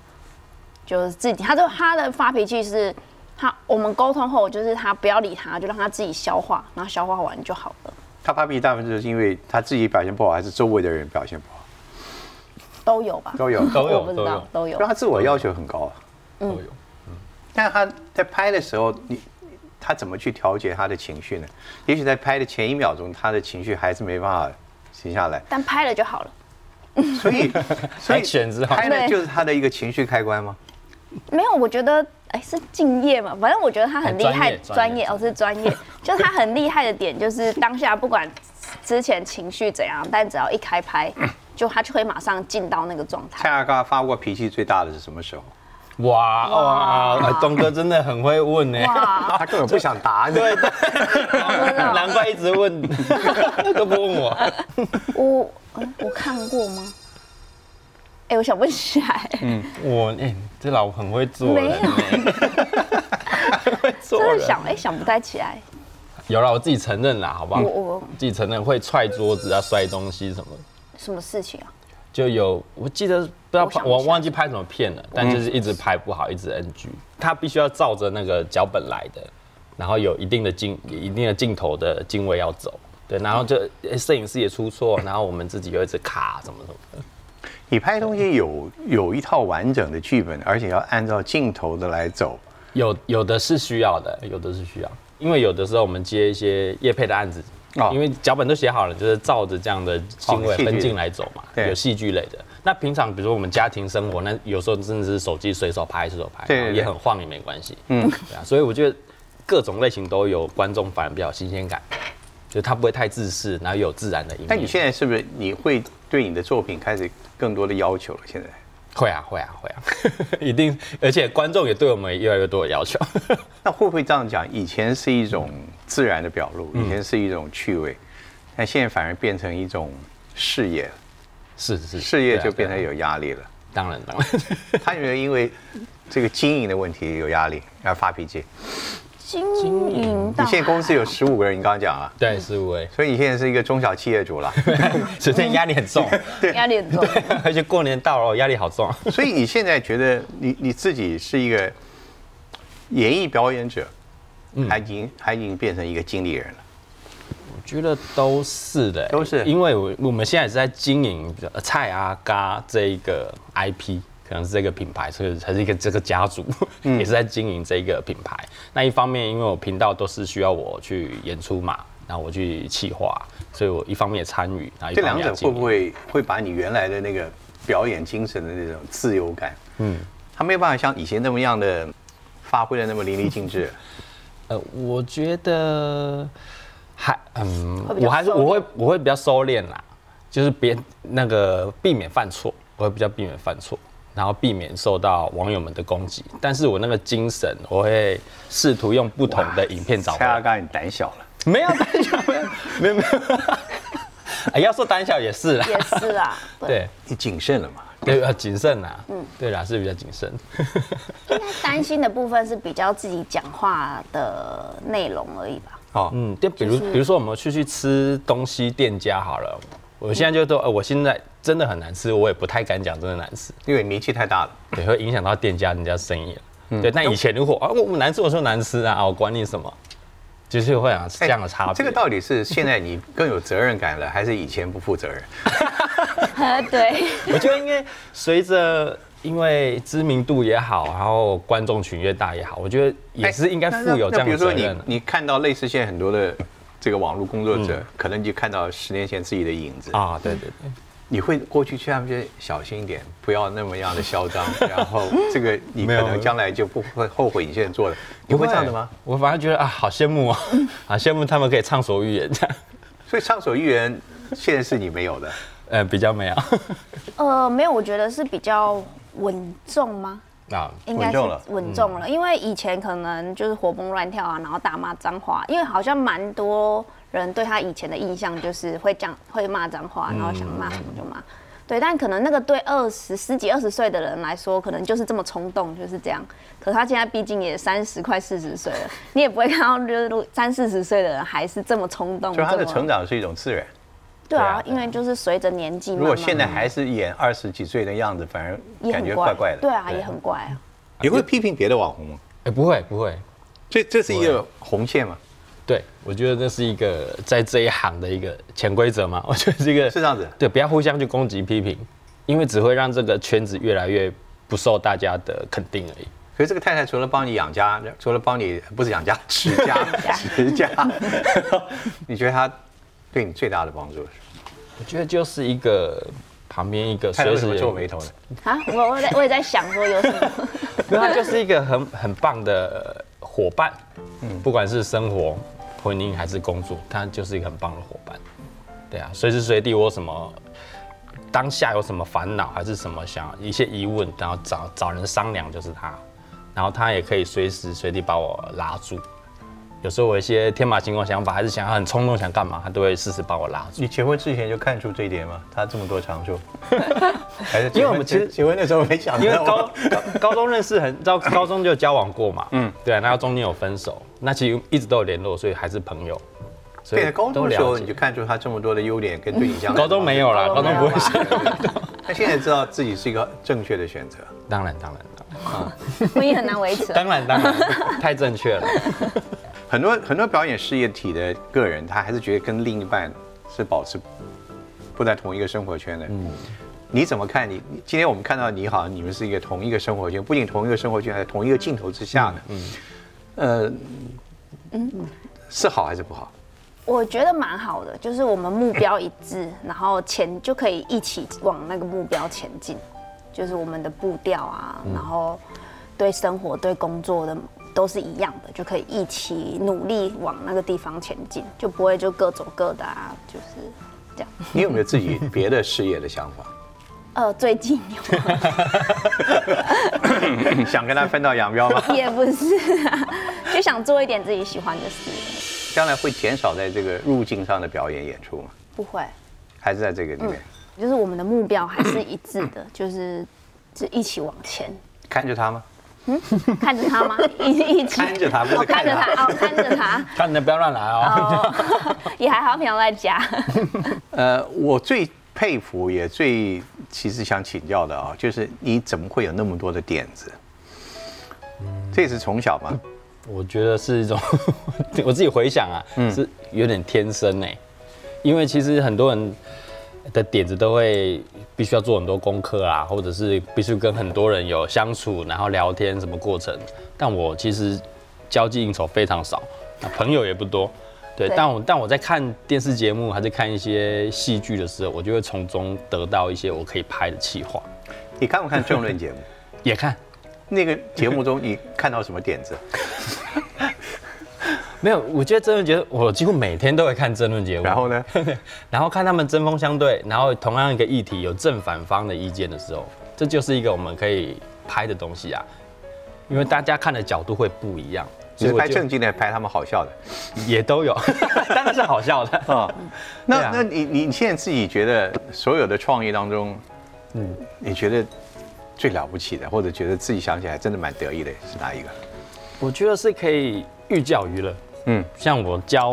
[SPEAKER 3] 就是自己。他就他的发脾气是，他我们沟通后，就是他不要理他，就让他自己消化，然后消化完就好了，
[SPEAKER 1] 他发脾气大部分就是因为他自己表现不好，还是周围的人表现不好，
[SPEAKER 3] 都有吧？
[SPEAKER 1] 都有。
[SPEAKER 2] 都
[SPEAKER 3] 我不
[SPEAKER 2] 有
[SPEAKER 3] 知
[SPEAKER 2] 都
[SPEAKER 3] 道
[SPEAKER 2] 有，
[SPEAKER 3] 都
[SPEAKER 1] 就
[SPEAKER 3] 有。
[SPEAKER 1] 他自我要求很高啊。
[SPEAKER 2] 都有。
[SPEAKER 1] 但他在拍的时候，你他怎么去调节他的情绪呢？也许在拍的前一秒钟，他的情绪还是没办法停下来，
[SPEAKER 3] 但拍了就好了。
[SPEAKER 1] 所 以，所以
[SPEAKER 2] 选之后
[SPEAKER 1] 拍的就是他的一个情绪开关吗？
[SPEAKER 3] 没有，我觉得哎、是敬业嘛，反正我觉得他很厉害，
[SPEAKER 2] 哎专业专业
[SPEAKER 3] 哦是专 业，就是他很厉害的点就是当下不管之前情绪怎样，但只要一开拍，就他就会马上进到那个状态
[SPEAKER 1] 蔡。阿嘎发过脾气最大的是什么时候？
[SPEAKER 2] 哇哇，哎东哥真的很会问呢。
[SPEAKER 3] 哇，哦
[SPEAKER 1] 他根本不想答你。对，
[SPEAKER 2] 难怪一直问， 都不问我。
[SPEAKER 3] 我嗯我看过吗？哎、我想不起来，
[SPEAKER 2] 我哎、这老婆很会做人
[SPEAKER 3] 没有
[SPEAKER 2] 欸，很 会做
[SPEAKER 3] 真
[SPEAKER 2] 人
[SPEAKER 3] 的。想哎、想不太起来。
[SPEAKER 2] 有了，我自己承认啦，好不好？
[SPEAKER 3] 我我
[SPEAKER 2] 自己承认会踹桌子啊、摔东西什么的，
[SPEAKER 3] 什么事情啊？
[SPEAKER 2] 就有我记得不知道
[SPEAKER 3] 我
[SPEAKER 2] 拍
[SPEAKER 3] 想不
[SPEAKER 2] 我
[SPEAKER 3] 起来
[SPEAKER 2] 忘记拍什么片了，但就是一直拍不好，一直 NG。他必须要照着那个脚本来的，然后有一定的镜、一定的镜头的经位要走。对，然后就欸摄影师也出错，然后我们自己又一直卡什么什么的。
[SPEAKER 1] 你拍东西有有一套完整的剧本，而且要按照镜头的来走。
[SPEAKER 2] 有有的是需要的，有的是需要，因为有的时候我们接一些业配的案子，
[SPEAKER 1] 哦
[SPEAKER 2] 因为脚本都写好了，就是照着这样的经
[SPEAKER 1] 哦
[SPEAKER 2] 纬
[SPEAKER 1] 戏剧
[SPEAKER 2] 分镜来走嘛，
[SPEAKER 1] 对
[SPEAKER 2] 有戏剧类的。那平常比如说我们家庭生活，那有时候真的是手机随手拍随手拍，
[SPEAKER 1] 对对
[SPEAKER 2] 然后
[SPEAKER 1] 对
[SPEAKER 2] 也很晃也没关系，嗯，对啊，所以我觉得各种类型都有，观众反而比较有新鲜感，就是他不会太自私，然后有自然的一面。
[SPEAKER 1] 但你现在是不是你会对你的作品开始更多的要求了？现在
[SPEAKER 2] 会啊会啊会啊， 一定，而且观众也对我们越来越多的要求。
[SPEAKER 1] 那会不会这样讲？以前是一种自然的表露，
[SPEAKER 2] 嗯
[SPEAKER 1] 以前是一种趣味，但现在反而变成一种事业，
[SPEAKER 2] 是是，
[SPEAKER 1] 事业
[SPEAKER 2] 对啊
[SPEAKER 1] 就变得，
[SPEAKER 2] 对啊
[SPEAKER 1] 有压力了。
[SPEAKER 2] 当然当然。
[SPEAKER 1] 他有没有因为这个经营的问题有压力，要发脾 气？
[SPEAKER 3] 经营到
[SPEAKER 1] 你现在公司有十五个人，你刚刚讲啊，
[SPEAKER 2] 对，十五位，
[SPEAKER 1] 所以你现在是一个中小企业主了。
[SPEAKER 2] 所以现在压力很重，
[SPEAKER 3] 压力很重。
[SPEAKER 2] 而且过年到了，我压力好重。
[SPEAKER 1] 所以你现在觉得你你自己是一个演艺表演者，
[SPEAKER 2] 嗯
[SPEAKER 1] 还已经还已经变成一个经理人了。
[SPEAKER 2] 我觉得都是的、欸
[SPEAKER 1] 都是
[SPEAKER 2] 因为我我们现在是在经营呃蔡阿嘎这一个 IP，可能是这个品牌，所以才是一个这个家族， 也是在经营这一个品牌。那一方面，因为我频道都是需要我去演出嘛，然后我去企划，所以我一方面也参与，然后一
[SPEAKER 1] 这
[SPEAKER 2] 方
[SPEAKER 1] 两
[SPEAKER 2] 面
[SPEAKER 1] 者
[SPEAKER 2] 也经
[SPEAKER 1] 会
[SPEAKER 2] 营
[SPEAKER 1] 不会会把你原来的那个表演精神的那种自由感，嗯，他没有办法像以前那么样的发挥的那么淋漓尽 致。
[SPEAKER 2] 呃，我觉得还嗯
[SPEAKER 3] 会比，较
[SPEAKER 2] 我还是
[SPEAKER 3] 收敛
[SPEAKER 2] 我会我会比较收敛啦，就是别那个避免犯错，我会比较避免犯错，然后避免受到网友们的攻击。但是我那个精神，我会试图用不同的影片找回
[SPEAKER 1] 蔡阿
[SPEAKER 2] 来。
[SPEAKER 1] 刚，你啊胆小了，
[SPEAKER 2] 没有胆小，没有没有没有、 哎要说胆小也是啦，
[SPEAKER 3] 也是啊，对，
[SPEAKER 2] 对
[SPEAKER 1] 你谨慎了嘛？
[SPEAKER 2] 对，要谨慎啦。嗯，对啦，是比较谨慎。
[SPEAKER 3] 应该担心的部分是比较自己讲话的内容而已吧。
[SPEAKER 1] 哦，
[SPEAKER 2] 嗯，就比如、比如说我们去去吃东西店家好了，我现在就都、呃，我现在真的很难吃，我也不太敢讲真的难吃，
[SPEAKER 1] 因为名气太大了。
[SPEAKER 2] 对，会影响到店家人家生意了。
[SPEAKER 1] 嗯
[SPEAKER 2] 对，但以前如果啊我我难吃我说难吃啊，我管你什么，就是会有这样的差别。
[SPEAKER 1] 哎这个到底是现在你更有责任感了，还是以前不负责任？
[SPEAKER 3] 对，
[SPEAKER 2] 我觉得因为随着。因为知名度也好，然后观众群越大也好，我觉得也是应该
[SPEAKER 1] 哎
[SPEAKER 2] 负有
[SPEAKER 1] 那那
[SPEAKER 2] 这样
[SPEAKER 1] 比
[SPEAKER 2] 的
[SPEAKER 1] 如说
[SPEAKER 2] 责
[SPEAKER 1] 你
[SPEAKER 2] 任啊的
[SPEAKER 1] 你看到类似现在很多的这个网络工作者，可能你就看到十年前自己的影子啊，
[SPEAKER 2] 嗯啊，对对对，
[SPEAKER 1] 你会过去劝他们说小心一点，不要那么样的嚣 张，然后这个你可
[SPEAKER 2] 没有
[SPEAKER 1] 能将来就不会后悔你现在做的，你会这样的吗？？
[SPEAKER 2] 我反而觉得啊，好羡慕啊，好羡慕他们可以畅所欲言这样。
[SPEAKER 1] 所以畅所欲言，现在是你没有的。
[SPEAKER 2] 呃，比较没有。
[SPEAKER 3] 呃，没有，我觉得是比较稳重吗？
[SPEAKER 2] 啊，
[SPEAKER 3] 应该
[SPEAKER 1] 稳
[SPEAKER 3] 是
[SPEAKER 1] 重了嗯
[SPEAKER 3] 稳重了，因为以前可能就是活蹦乱跳啊，然后大骂脏话，因为好像蛮多人对他以前的印象就是会讲会骂脏话，然后
[SPEAKER 1] 嗯
[SPEAKER 3] 想骂什么就骂。对，但可能那个对二十十几、二十岁的人来说，可能就是这么冲动，就是这样。可是他现在毕竟也三十快四十岁了，你也不会看到就是三四十岁的人还是这么冲动。
[SPEAKER 1] 所以他的
[SPEAKER 3] 这么
[SPEAKER 1] 成长是一种自然。
[SPEAKER 2] 对
[SPEAKER 3] 对
[SPEAKER 2] 啊
[SPEAKER 3] 啊，因为就是随着年纪慢
[SPEAKER 1] 如
[SPEAKER 3] 慢，
[SPEAKER 1] 果现在还是演二十几岁的样子，反而
[SPEAKER 3] 也
[SPEAKER 1] 感
[SPEAKER 3] 很
[SPEAKER 1] 觉怪怪
[SPEAKER 3] 对
[SPEAKER 1] 的。
[SPEAKER 3] 啊，
[SPEAKER 2] 对
[SPEAKER 3] 也很怪啊。
[SPEAKER 1] 你会批评别的网红吗？
[SPEAKER 2] 哎、不会不会，
[SPEAKER 1] 这这是一个红线嘛？
[SPEAKER 2] 对我觉得这是一个在这一行的一个潜规则嘛，我 觉得这个
[SPEAKER 1] 是这样子
[SPEAKER 2] 对，不要互相去攻击批评，因为只会让这个圈子越来越不受大家的肯定而已。
[SPEAKER 1] 可所以这个太太除了帮你养家， 除了帮你不是 养家持家持家， 你觉得她对你最大的帮助是什么？
[SPEAKER 2] 我觉得就是一个旁边一个
[SPEAKER 1] 太太
[SPEAKER 2] 随
[SPEAKER 1] 为什
[SPEAKER 2] 时
[SPEAKER 1] 么皱
[SPEAKER 2] 有，
[SPEAKER 1] 眉头呢？
[SPEAKER 3] 啊，我我在我也在想说有什么，
[SPEAKER 2] 因为他就是一个很很棒的伙伴，不管是生活、婚姻还是工作，他就是一个很棒的伙伴。对啊，随时随地我有什么当下有什么烦恼还是什么想一些疑问，然后找找人商量就是他，然后他也可以随时随地把我拉住。有时候我一些天马行空想法，还是想要很冲动想干嘛，他都会适时把我拉住。
[SPEAKER 1] 你结婚之前就看出这一点吗？她这么多长 处，还是结婚
[SPEAKER 2] 因为我们其实
[SPEAKER 1] 结婚的时候没想到，
[SPEAKER 2] 因为高高高中认识很， 到高中就交往过嘛，嗯，对啊，那中间有分手，那其实一直都有联络，所以还是朋友。所
[SPEAKER 1] 对高中的时
[SPEAKER 2] 都
[SPEAKER 1] 候
[SPEAKER 2] 了解
[SPEAKER 1] 你就看出她这么多的优点跟对你相
[SPEAKER 2] 高中 没有啦，
[SPEAKER 3] 高
[SPEAKER 2] 高
[SPEAKER 3] 中没
[SPEAKER 2] 中
[SPEAKER 3] 有
[SPEAKER 2] 不会
[SPEAKER 3] 吧
[SPEAKER 2] 想，
[SPEAKER 1] 她现在知道自己是一个正确的选择。
[SPEAKER 2] 当然当然
[SPEAKER 3] 婚姻很难维持啊。
[SPEAKER 2] 当然当然，太正确了。
[SPEAKER 1] 很多很多表演事业体的个人，他还是觉得跟另一半是保持不在同一个生活圈的。嗯，你怎么看你？你今天我们看到你好像你们是一个同一个生活圈，不仅同一个生活圈，还同一个镜头之下的。嗯，呃，是好还是不好？
[SPEAKER 3] 我觉得蛮好的，就是我们目标一致， 然后前就可以一起往那个目标前进，就是我们的步调啊，然后对生活、对工作的都是一样的，就可以一起努力往那个地方前进，就不会就各走各的啊，就是这样。
[SPEAKER 1] 你有没有自己别的事业的想 法？
[SPEAKER 3] 呃，最近有吗
[SPEAKER 1] 想跟他分道扬镳吗？
[SPEAKER 3] 也不是 啊，就想做一点自己喜欢的事，
[SPEAKER 1] 将来会减少在这个入境上的表演演出吗？
[SPEAKER 3] 不会。
[SPEAKER 1] 还是在这个里面、
[SPEAKER 3] 就是我们的目标还是一致的，就是就一起往前，
[SPEAKER 1] 看着他吗？
[SPEAKER 3] 看 着他吗？一一起
[SPEAKER 1] 看着他不是
[SPEAKER 3] 嗯哦看着
[SPEAKER 1] 看
[SPEAKER 3] 他，哦，看着他，
[SPEAKER 2] 看你不要乱来哦。
[SPEAKER 3] 哦，也还好，平常在家。
[SPEAKER 1] 呃，我最佩服也最其实想请教的啊，就是你怎么会有那么多的点子？这也是从小嘛，
[SPEAKER 2] 我觉得是一种， 我自己回想啊，是有点天生哎、因为其实很多人的点子都会必须要做很多功课啊，或者是必须跟很多人有相处，然后聊天什么过程。但我其实交际应酬非常少，那朋友也不多。对，
[SPEAKER 3] 对
[SPEAKER 2] 但我但我在看电视节目还是看一些戏剧的时候，我就会从中得到一些我可以拍的企划，
[SPEAKER 1] 你看不看政论节目？
[SPEAKER 2] 也看。
[SPEAKER 1] 那个节目中你看到什么点子？
[SPEAKER 2] 没有，我觉得争论节目，我几乎每天都会看争论节目。
[SPEAKER 1] 然后 呢？
[SPEAKER 2] 然后看他们针锋相对，然后同样一个议题有正反方的意见的时候，这就是一个我们可以拍的东西啊，因为大家看的角度会不一样，
[SPEAKER 1] 只是
[SPEAKER 2] 我
[SPEAKER 1] 拍
[SPEAKER 2] 觉得
[SPEAKER 1] 正经的，拍他们好笑的
[SPEAKER 2] 也都有， 当然是好笑的。
[SPEAKER 1] 啊。那、
[SPEAKER 2] 对啊
[SPEAKER 1] 那你你现在自己觉得所有的创意当中，嗯，你觉得最了不起的，或者觉得自己想起来真的蛮得意的是哪一个？
[SPEAKER 2] 我觉得是可以寓教于乐。
[SPEAKER 1] 嗯
[SPEAKER 2] 嗯，像我教，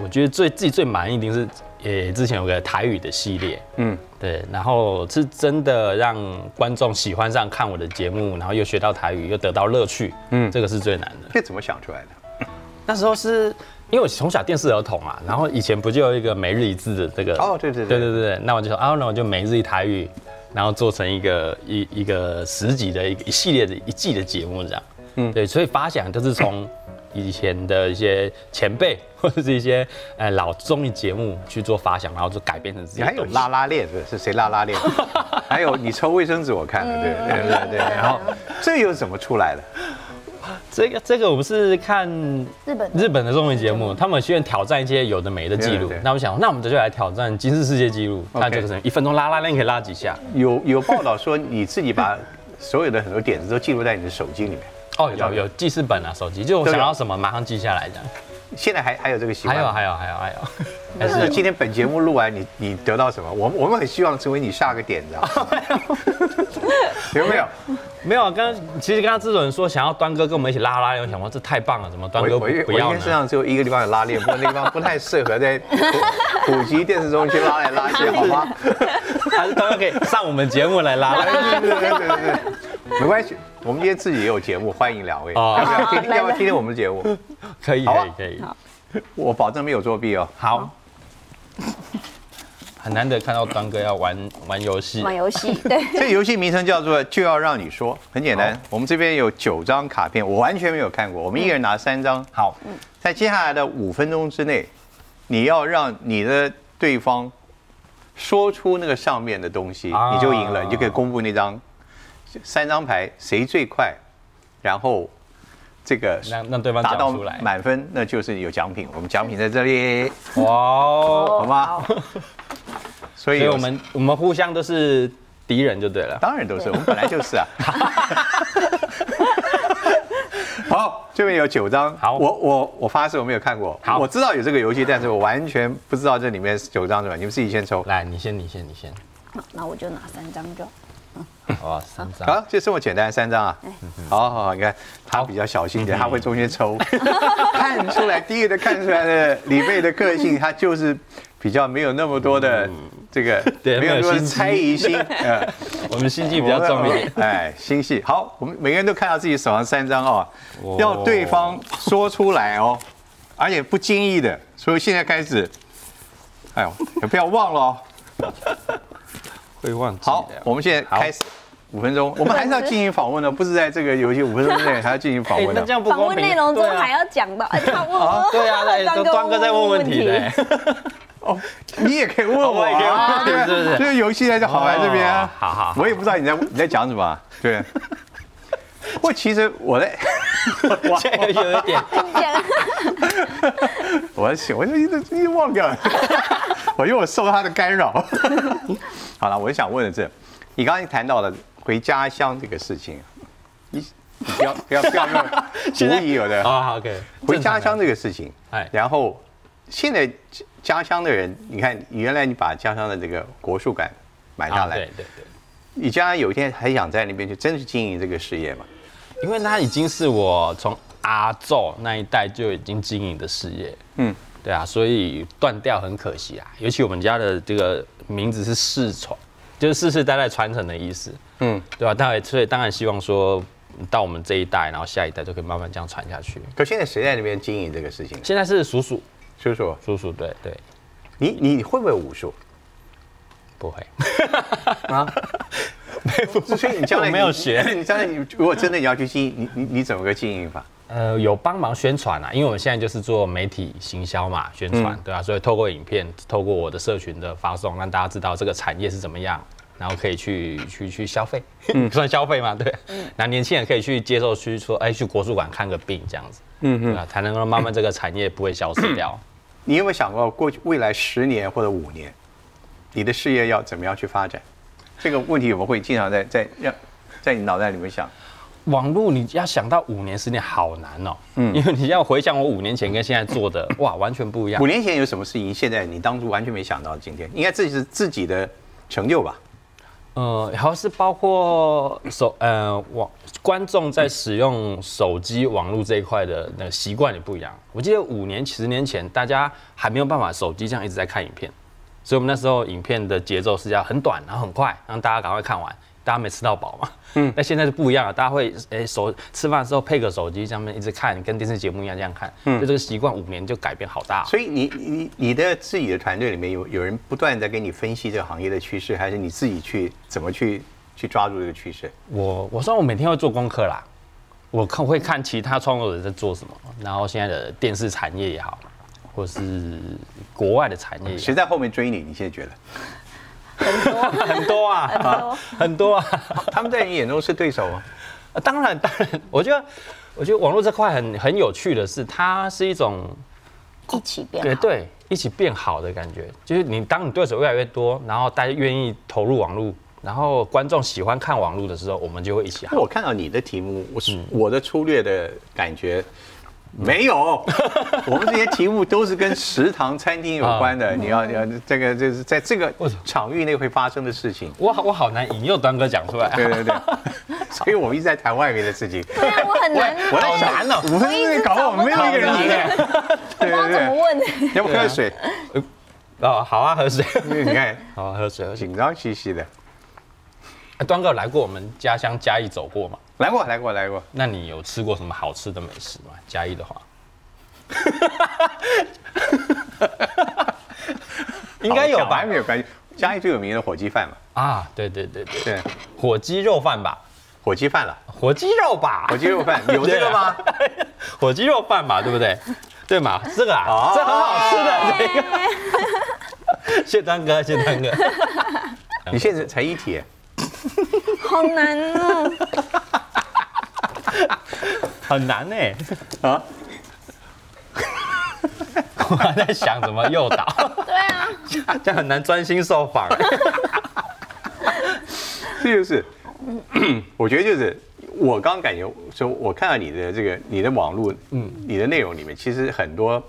[SPEAKER 2] 我觉得最自己最满意一定是，呃，之前有个台语的系列，
[SPEAKER 1] 嗯
[SPEAKER 2] 嗯，对，然后是真的让观众喜欢上看我的节目，然后又学到台语，又得到乐趣，嗯，这个是最难的。
[SPEAKER 1] 这怎么想出来的？
[SPEAKER 2] 那时候是因为我从小电视儿童啊，然后以前不就有一个每日一字的这个
[SPEAKER 1] 哦对对对
[SPEAKER 2] 对对对对那我就说啊，那我就每日一台语，然后做成一个一一个十集的一个一系列的一季的节目这样，嗯，对，所以发想就是从以前的一些前辈 或者是一些呃老综艺节目去做发想，然后就改变成自
[SPEAKER 1] 你
[SPEAKER 2] 己的
[SPEAKER 1] 还有
[SPEAKER 2] 东西
[SPEAKER 1] 拉拉链是不是是谁拉拉 链？还有你抽卫生纸我看了，
[SPEAKER 2] 嗯
[SPEAKER 1] 对对对对。然后这又是怎么出来的？
[SPEAKER 2] 这个这个我们是看
[SPEAKER 3] 日本
[SPEAKER 2] 日本的综艺节目，他们喜欢挑战一些有的没的记
[SPEAKER 1] 对
[SPEAKER 2] 录
[SPEAKER 1] 对对。
[SPEAKER 2] 那我想，那我们这就来挑战吉尼斯世界纪录，
[SPEAKER 1] OK
[SPEAKER 2] 那就是一分钟拉拉链可以拉几下。
[SPEAKER 1] 有有报道说你自己把所有的很多点子都记录在你的手机里面，
[SPEAKER 2] 哦，有有记事本啊，手机，就我
[SPEAKER 1] 对啊
[SPEAKER 2] 想要什么马上记下来这样。
[SPEAKER 1] 现在还还有这个习惯
[SPEAKER 2] 还有
[SPEAKER 1] 吗。
[SPEAKER 2] 还有还有还有，
[SPEAKER 1] 但是今天本节目录完，你你得到什么？我们我们很希望成为你下个点子啊， 有没有？
[SPEAKER 2] 没有啊？刚刚其实刚刚制作人说想要端哥跟我们一起拉拉链，我想说这太棒了，怎么端
[SPEAKER 1] 我
[SPEAKER 2] 哥
[SPEAKER 1] 我
[SPEAKER 2] 不
[SPEAKER 1] 一我
[SPEAKER 2] 不
[SPEAKER 1] 应
[SPEAKER 2] 要
[SPEAKER 1] 该身
[SPEAKER 2] 呢？
[SPEAKER 1] 上只有一个地方有拉链，不过那地方不太适合在普 普及电视中去拉来拉 去，好吗？
[SPEAKER 2] 还是端哥可以上我们节目来拉拉？
[SPEAKER 1] 对对对对对，没关系，我们今天自己也有节目，欢迎两位。
[SPEAKER 2] 哦
[SPEAKER 1] 要不要听？
[SPEAKER 3] 来
[SPEAKER 1] 要不要听听我们的节目？
[SPEAKER 2] 可以
[SPEAKER 1] 好
[SPEAKER 2] 可
[SPEAKER 1] 啊
[SPEAKER 2] 以可以，
[SPEAKER 1] 我保证没有作弊哦。
[SPEAKER 2] 好，很难得看到端哥要玩玩游戏，
[SPEAKER 3] 玩游戏，对，
[SPEAKER 1] 这游戏名称叫做“就要让你说”，很简单。我们这边有九张卡片，我完全没有看过，我们一人拿三张。
[SPEAKER 2] 好，
[SPEAKER 1] 在接下来的五分钟之内，你要让你的对方说出那个上面的东西，
[SPEAKER 2] 啊
[SPEAKER 1] 你就赢了，你就可以公布那张三张牌谁最快，然后这个
[SPEAKER 2] 让让对方
[SPEAKER 1] 达到
[SPEAKER 2] 讲出来。
[SPEAKER 1] 满分，那就是有奖品。我们奖品在这里，
[SPEAKER 2] 哇哦，
[SPEAKER 1] 好吗？ 所
[SPEAKER 2] 所
[SPEAKER 1] 以
[SPEAKER 2] 以
[SPEAKER 1] 有
[SPEAKER 2] 我们我们互相都是敌人就对了。
[SPEAKER 1] 当然都是，我们本来就是 啊。好，这边有九张。
[SPEAKER 2] 好
[SPEAKER 1] 我我我发誓我没有看过。
[SPEAKER 2] 好
[SPEAKER 1] 我知道有这个游戏，但是我完全不知道这里面是九张什么。你们自己先抽。
[SPEAKER 2] 来，你先，你先，你先。
[SPEAKER 3] 那我就拿三张就好。
[SPEAKER 2] 哇，三张。
[SPEAKER 1] 好，就这么简单，三张啊。好好好，你看他比较小心一点，他会中间抽，看出来，第一个看出来的李贝的个性，他就是比较没有那么多的这个，
[SPEAKER 2] 嗯对
[SPEAKER 1] 没有那么多
[SPEAKER 2] 没有
[SPEAKER 1] 的
[SPEAKER 2] 心机
[SPEAKER 1] 猜疑 心。呃
[SPEAKER 2] 我们心机比较重一点。。
[SPEAKER 1] 哎，心细。好，我们每个人都看到自己手上三张哦
[SPEAKER 2] 哦，
[SPEAKER 1] 要对方说出来哦，而且不经意的。所以现在开始，哎呦，也不要忘了哦。
[SPEAKER 2] 会忘记
[SPEAKER 1] 好，我们现在
[SPEAKER 2] 好
[SPEAKER 1] 开始。五分钟，我们还是要进行访问的，不是在这个游戏五分钟之内还要进行访
[SPEAKER 2] 哎，
[SPEAKER 1] 问
[SPEAKER 2] 那
[SPEAKER 1] 的
[SPEAKER 2] 这。样不
[SPEAKER 3] 访
[SPEAKER 2] 公平。
[SPEAKER 3] 问内容中
[SPEAKER 2] 对啊
[SPEAKER 3] 还要讲 到，哎，他问我，
[SPEAKER 2] 对 啊，对，
[SPEAKER 3] 端
[SPEAKER 2] 端端哥在问问 题嘞。
[SPEAKER 1] 哦，你也可以问我
[SPEAKER 2] 我也可以
[SPEAKER 1] 啊，
[SPEAKER 2] 问
[SPEAKER 1] 对
[SPEAKER 2] 是不是
[SPEAKER 1] 这个游戏在这好玩这边啊
[SPEAKER 2] 哦，好好好
[SPEAKER 1] 我也不知道你在你在讲什么啊，对。不过其实我在，
[SPEAKER 2] 这个有一点，
[SPEAKER 3] 讲
[SPEAKER 1] 我写，我就一直一直忘掉了，我因为我受他的干扰。好了，我就想问的是，你刚才谈到了回家乡这个事情，你你不要不要不要用
[SPEAKER 2] 现在
[SPEAKER 1] 无疑有的
[SPEAKER 2] 啊，OK，
[SPEAKER 1] 回家乡这个事情
[SPEAKER 2] 哎，
[SPEAKER 1] 然后现在家家乡的人，你看原来你把家乡的这个国术馆买下
[SPEAKER 2] 啊，
[SPEAKER 1] 来
[SPEAKER 2] 对，对对。
[SPEAKER 1] 你将来有一天还想在那边去真是经营这个事业嘛？
[SPEAKER 2] 因为它已经是我从阿昼那一代就已经经营的事业，
[SPEAKER 1] 嗯
[SPEAKER 2] 嗯，对啊，所以断掉很可惜啊。尤其我们家的这个名字是世传，就是世世代代传承的意思，
[SPEAKER 1] 嗯，
[SPEAKER 2] 对吧、当然，所以当然希望说到我们这一代，然后下一代就可以慢慢这样传下去。
[SPEAKER 1] 可现在谁在那边经营这个事情呢？
[SPEAKER 2] 现在是叔叔，
[SPEAKER 1] 叔叔，
[SPEAKER 2] 叔叔，对对，
[SPEAKER 1] 你你会不会武 术？
[SPEAKER 2] 不会，
[SPEAKER 1] 啊，所以你将来
[SPEAKER 2] 我
[SPEAKER 1] 你
[SPEAKER 2] 没有学
[SPEAKER 1] 你将来你如果真的你要去经营，你你你怎么个经营法？
[SPEAKER 2] 呃，有帮忙宣传啊，因为我们现在就是做媒体行销嘛，宣传、对啊，所以透过影片，透过我的社群的发送，让大家知道这个产业是怎么样，然后可以去去去消费， 算消费嘛，对，那、年轻人可以去接受去说，哎、去国术馆看个病这样子，嗯对啊，才能够慢慢这个产业不会消失掉。
[SPEAKER 1] 你有没有想过过去未来十年或者五年，你的事业要怎么样去发展？这个问题我们会经常在在让在你脑袋里面想。
[SPEAKER 2] 网络你要想到五年十年好难哦、嗯，因为你要回想我五年前跟现在做 的，哇，完全不一样
[SPEAKER 1] 五。年前有什么事情，现在你当初完全没想到，今天应该自己是自己的成就吧？
[SPEAKER 2] 呃，然后是包括手呃网观众在使用手机网络这一块的那个习惯也不一样。我记得五年、十年前，大家还没有办法手机这样一直在看影片，所以我们那时候影片的节奏是要很短，然后很快，让大家赶快看完，大家没吃到饱嘛。嗯，那现在就不一样了，大家会诶、手吃饭的时候配个手机，上面一直看，跟电视节目一样这样看，嗯、就这个习惯五年就改变好大哦、
[SPEAKER 1] 所以你你你的自己的团队里面有有人不断地在跟你分析这个行业的趋势，还是你自己去怎么去去抓住这个趋势？
[SPEAKER 2] 我我说我每天会做功课啦，我看会看其他创作者在做什么，然后现在的电视产业也好，或是国外的产业也
[SPEAKER 1] 谁在后面追你？你现在觉得？
[SPEAKER 2] 好， 很多啊，啊 很多啊，
[SPEAKER 1] 他们在你眼中是对手吗？
[SPEAKER 2] 啊当然当然，我觉得我觉得网络这块很很有趣的是，它是一种
[SPEAKER 3] 一起变
[SPEAKER 2] 对
[SPEAKER 3] 好，
[SPEAKER 2] 对一起变好的感觉，就是你当你对手越来越多，然后大家愿意投入网络，然后观众喜欢看网络的时候，我们就会一起好
[SPEAKER 1] 那。我看到你的题目，我是我的粗略的感觉。没有，我们这些题目都是跟食堂、餐厅有关的。你要要这个，就是在这个
[SPEAKER 2] 为什么
[SPEAKER 1] 场域内会发生的事情。
[SPEAKER 2] 我好我好难引诱端哥讲出来啊、
[SPEAKER 1] 对对对， 所以我们一直在谈外面的事 情。
[SPEAKER 3] 对啊，我很难哦
[SPEAKER 1] 我在想，五分钟之内搞不好我们没有一个人赢哎。
[SPEAKER 3] 我不
[SPEAKER 1] 对对
[SPEAKER 3] 知道怎么
[SPEAKER 1] 对，
[SPEAKER 3] 问。
[SPEAKER 1] 要不喝水？
[SPEAKER 2] 哦，好啊，喝水。
[SPEAKER 1] 因为你看
[SPEAKER 2] 好啊，喝水喝水。
[SPEAKER 1] 紧张兮兮的。
[SPEAKER 2] 哎端哥有来过我们家乡嘉义走过吗？
[SPEAKER 1] 来过，来过，来过。
[SPEAKER 2] 那你有吃过什么好吃的美食吗？嘉 义的话，应该有
[SPEAKER 1] 好
[SPEAKER 2] 吧
[SPEAKER 1] 像？没有关系。嘉义最有名的火鸡饭嘛，
[SPEAKER 2] 啊，对对对对，
[SPEAKER 1] 对，
[SPEAKER 2] 火鸡肉饭吧，
[SPEAKER 1] 火鸡饭了，
[SPEAKER 2] 火鸡肉吧，
[SPEAKER 1] 火鸡肉 饭有这个吗？
[SPEAKER 2] 对啊？火鸡肉饭吧，对不对？对嘛，这个啊
[SPEAKER 1] 哦，
[SPEAKER 2] 这很好吃的这 个。谢端哥，谢端哥，啊
[SPEAKER 1] 你现在才一铁，
[SPEAKER 4] 好难
[SPEAKER 3] 啊
[SPEAKER 4] 哦。
[SPEAKER 2] 很难呢。
[SPEAKER 1] 啊，
[SPEAKER 2] 我还在想怎么诱导，
[SPEAKER 3] 对啊，
[SPEAKER 2] 这样很难专心受访。
[SPEAKER 1] 这就是，我觉得就是我刚感觉说，我看到你的这个你的网络，嗯，你的内容里面，其实很多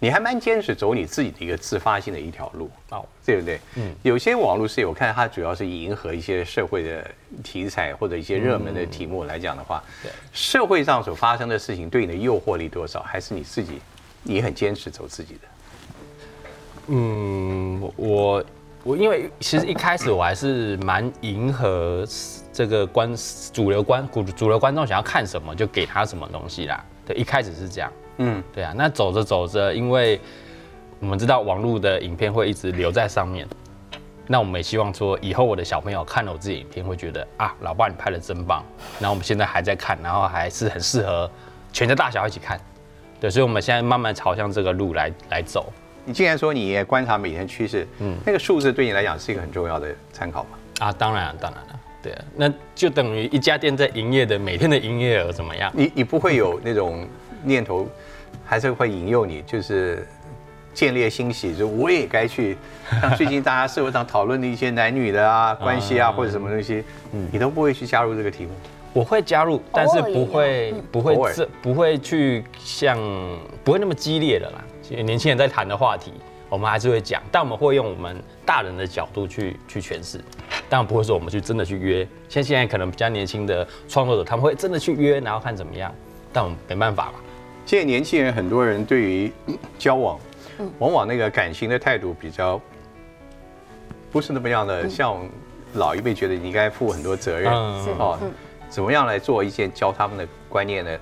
[SPEAKER 1] 你还蛮坚持走你自己的一个自发性的一条路。
[SPEAKER 2] 哦，
[SPEAKER 1] 对不对？嗯，有些网络是有看它主要是迎合一些社会的题材或者一些热门的题目来讲的话，
[SPEAKER 2] 对
[SPEAKER 1] 社会上所发生的事情对你的诱惑力多少，还是你自己，你很坚持走自己的。
[SPEAKER 2] 嗯，我我我因为其实一开始我还是蛮迎合这个观主流观主主流观众想要看什么就给他什么东西啦。对，一开始是这样。
[SPEAKER 1] 嗯，
[SPEAKER 2] 对啊，那走着走着，因为我们知道网络的影片会一直留在上面，那我们也希望说，以后我的小朋友看了我自己的影片，会觉得啊，老爸你拍的真棒。然后我们现在还在看，然后还是很适合全家大小一起看。对，所以我们现在慢慢朝向这个路来来走。
[SPEAKER 1] 你既然说你也观察每天趋势，嗯，那个数字对你来讲是一个很重要的参考嘛？
[SPEAKER 2] 啊，当然、啊，当然了、对、啊，那就等于一家店在营业的每天的营业额怎么样？
[SPEAKER 1] 你你不会有那种念头，还是会引诱你就是。建立欣喜，就我也该去，像最近大家社会上讨论的一些男女的啊、关系啊，或者什么东西，你都不会去加入这个题目。
[SPEAKER 2] 我会加入，但是
[SPEAKER 3] 偶尔也
[SPEAKER 2] 不会不会
[SPEAKER 1] 嗯偶尔
[SPEAKER 2] 这不会去像不会那么激烈的啦。其实年轻人在谈的话题，我们还是会讲，但我们会用我们大人的角度去去诠释，当然不会说我们去真的去约。像现在可能比较年轻的创作者，他们会真的去约，然后看怎么样，但我们没办法嘛。
[SPEAKER 1] 现在年轻人很多人对于嗯交往，
[SPEAKER 2] 嗯
[SPEAKER 1] 往往那个感情的态度比较不是那么样的，像老一辈觉得你应该负很多责任
[SPEAKER 2] 嗯是
[SPEAKER 1] 哦，怎么样来做一件教他们的观念呢？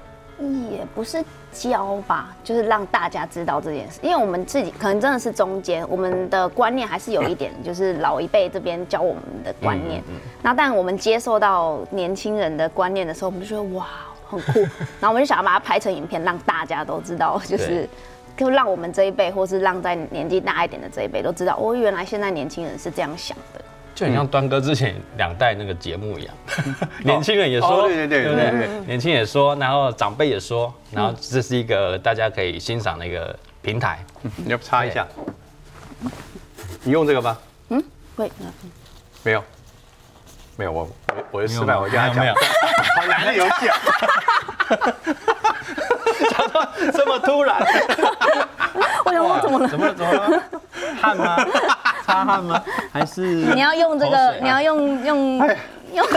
[SPEAKER 3] 也不是教吧，就是让大家知道这件事，因为我们自己可能真的是中间，我们的观念还是有一点，就是老一辈这边教我们的观念。嗯那、但我们接受到年轻人的观念的时候，我们就觉得哇，很 酷。然后我们就想要把它拍成影片，让大家都知道，就是
[SPEAKER 2] 对。
[SPEAKER 3] 就让我们这一辈，或是让在年纪大一点的这一辈都知道，哦，原来现在年轻人是这样想的。
[SPEAKER 2] 就很像端哥之前两代那个节目一 样，年轻人也说，
[SPEAKER 1] 哦对对对
[SPEAKER 2] 不
[SPEAKER 1] 对对
[SPEAKER 2] 年轻人也说，然后长辈也说，然后这是一个大家可以欣赏的一个平台。
[SPEAKER 1] 你要不擦一下，你用这个吗？
[SPEAKER 3] 会，嗯
[SPEAKER 1] 没有，没有，我我我就失败，
[SPEAKER 2] 没有
[SPEAKER 1] 我跟他讲，
[SPEAKER 2] 没有没
[SPEAKER 1] 好难的游戏啊！
[SPEAKER 2] 这么突然，
[SPEAKER 3] 我想哦说怎么了？
[SPEAKER 2] 啊怎么了？怎么了？汗 吗？擦汗吗？还是
[SPEAKER 3] 你要用这
[SPEAKER 2] 口
[SPEAKER 3] 个
[SPEAKER 2] 水啊，哎
[SPEAKER 3] 你要用用用，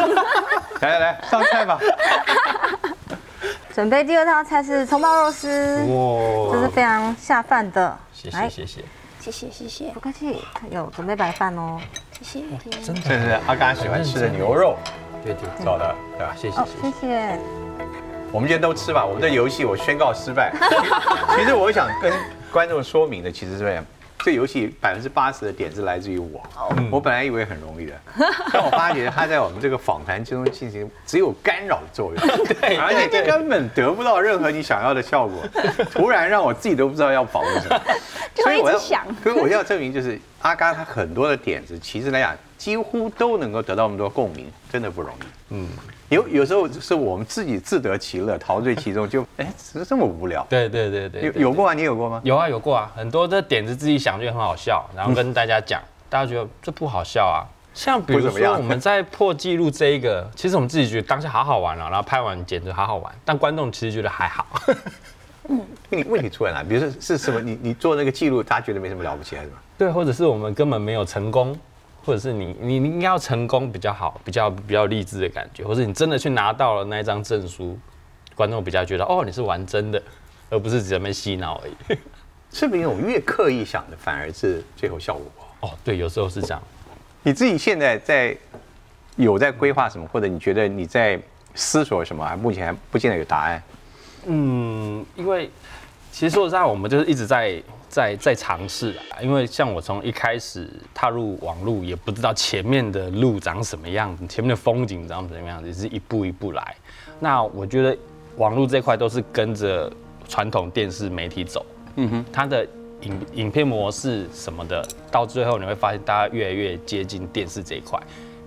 [SPEAKER 1] 来来来，上菜吧。
[SPEAKER 4] 准备第二道菜是葱爆肉丝，这是
[SPEAKER 2] 哇？
[SPEAKER 4] 非常下饭的。
[SPEAKER 2] 谢
[SPEAKER 4] 来
[SPEAKER 2] 谢谢谢，
[SPEAKER 3] 谢谢谢谢
[SPEAKER 4] 不客气，有准备白饭哦。
[SPEAKER 3] 谢谢。
[SPEAKER 2] 真
[SPEAKER 1] 这是阿嘎喜欢吃的牛肉
[SPEAKER 2] 对对
[SPEAKER 1] 做的，对吧？
[SPEAKER 2] 谢谢
[SPEAKER 4] 哦，
[SPEAKER 2] 谢
[SPEAKER 4] 谢
[SPEAKER 2] 谢。
[SPEAKER 4] 谢。
[SPEAKER 1] 我们今天都吃吧。我们的游戏我宣告失 败。其实我想跟观众说明的，其实是这样这游戏百分之八十的点是来自于我。我本来以为很容易的，但我发觉它在我们这个访谈之中进行只有干扰的作 用，
[SPEAKER 2] 对
[SPEAKER 1] 而且根本得不到任何你想要的效果，突然让我自己都不知道要访问什么。
[SPEAKER 3] 就会一直想
[SPEAKER 1] 所以我要证明就是阿嘎他很多的点子，其实来讲几乎都能够得到那么多共鸣，真的不容易。嗯，有有时候是我们自己自得其乐，陶醉其中，就哎怎么这么无聊？
[SPEAKER 2] 对对对对，
[SPEAKER 1] 有
[SPEAKER 2] 对
[SPEAKER 1] 有过啊？你有过吗？
[SPEAKER 2] 有啊有过啊，很多的点子自己想就很好笑，然后跟大家讲，大家觉得这不好笑啊。嗯像比
[SPEAKER 1] 不
[SPEAKER 2] 如
[SPEAKER 1] 怎么
[SPEAKER 2] 说
[SPEAKER 1] 样
[SPEAKER 2] 我们在破纪录这一个，其实我们自己觉得当下好好玩啊，然后拍完简直好好玩，但观众其实觉得还好。
[SPEAKER 1] 问题问题出在哪？比如说是什么？你你做那个记录，大家觉得没什么了不起，还是什么？
[SPEAKER 2] 对，或者是我们根本没有成功，或者是你你你应该要成功比较好，比较比较励志的感觉，或者你真的去拿到了那一张证书，观众比较觉得哦你是玩真的，而不是只在那边洗脑而已。
[SPEAKER 1] 是不是那种越刻意想的，反而是最后效果不好？
[SPEAKER 2] 哦，对，有时候是这样。
[SPEAKER 1] 你自己现在在有在规划什么，或者你觉得你在思索什么？还目前还不见得有答案。
[SPEAKER 2] 嗯，因为其实说实在，我们就是一直在在在尝试啊，因为像我从一开始踏入网络，也不知道前面的路长什么样子，前面的风景长什么样子，也是一步一步来。那我觉得网络这块都是跟着传统电视媒体走，嗯哼，它的影影片模式什么的，到最后你会发现大家越来越接近电视这一块，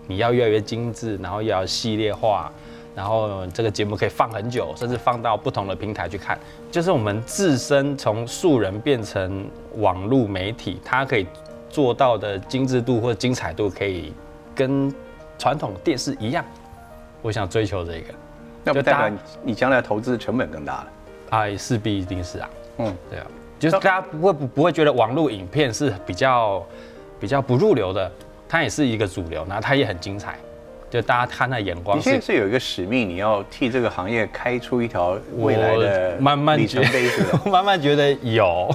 [SPEAKER 2] 你要越来越精致，然后要有系列化。然后这个节目可以放很久，甚至放到不同的平台去看。就是我们自身从素人变成网络媒体，它可以做到的精致度或精彩度，可以跟传统电视一样。我想追求这个，
[SPEAKER 1] 那不代表你你将来投资成本更大了？
[SPEAKER 2] 啊，也势必一定是啊。嗯，对啊，就是大家不会不不会觉得网络影片是比较比较不入流的，它也是一个主流，然后它也很精彩。就大家看那眼光，
[SPEAKER 1] 你现在是有一个使命，你要替这个行业开出一条未来的
[SPEAKER 2] 慢慢觉
[SPEAKER 1] 得，
[SPEAKER 2] 慢慢觉得有，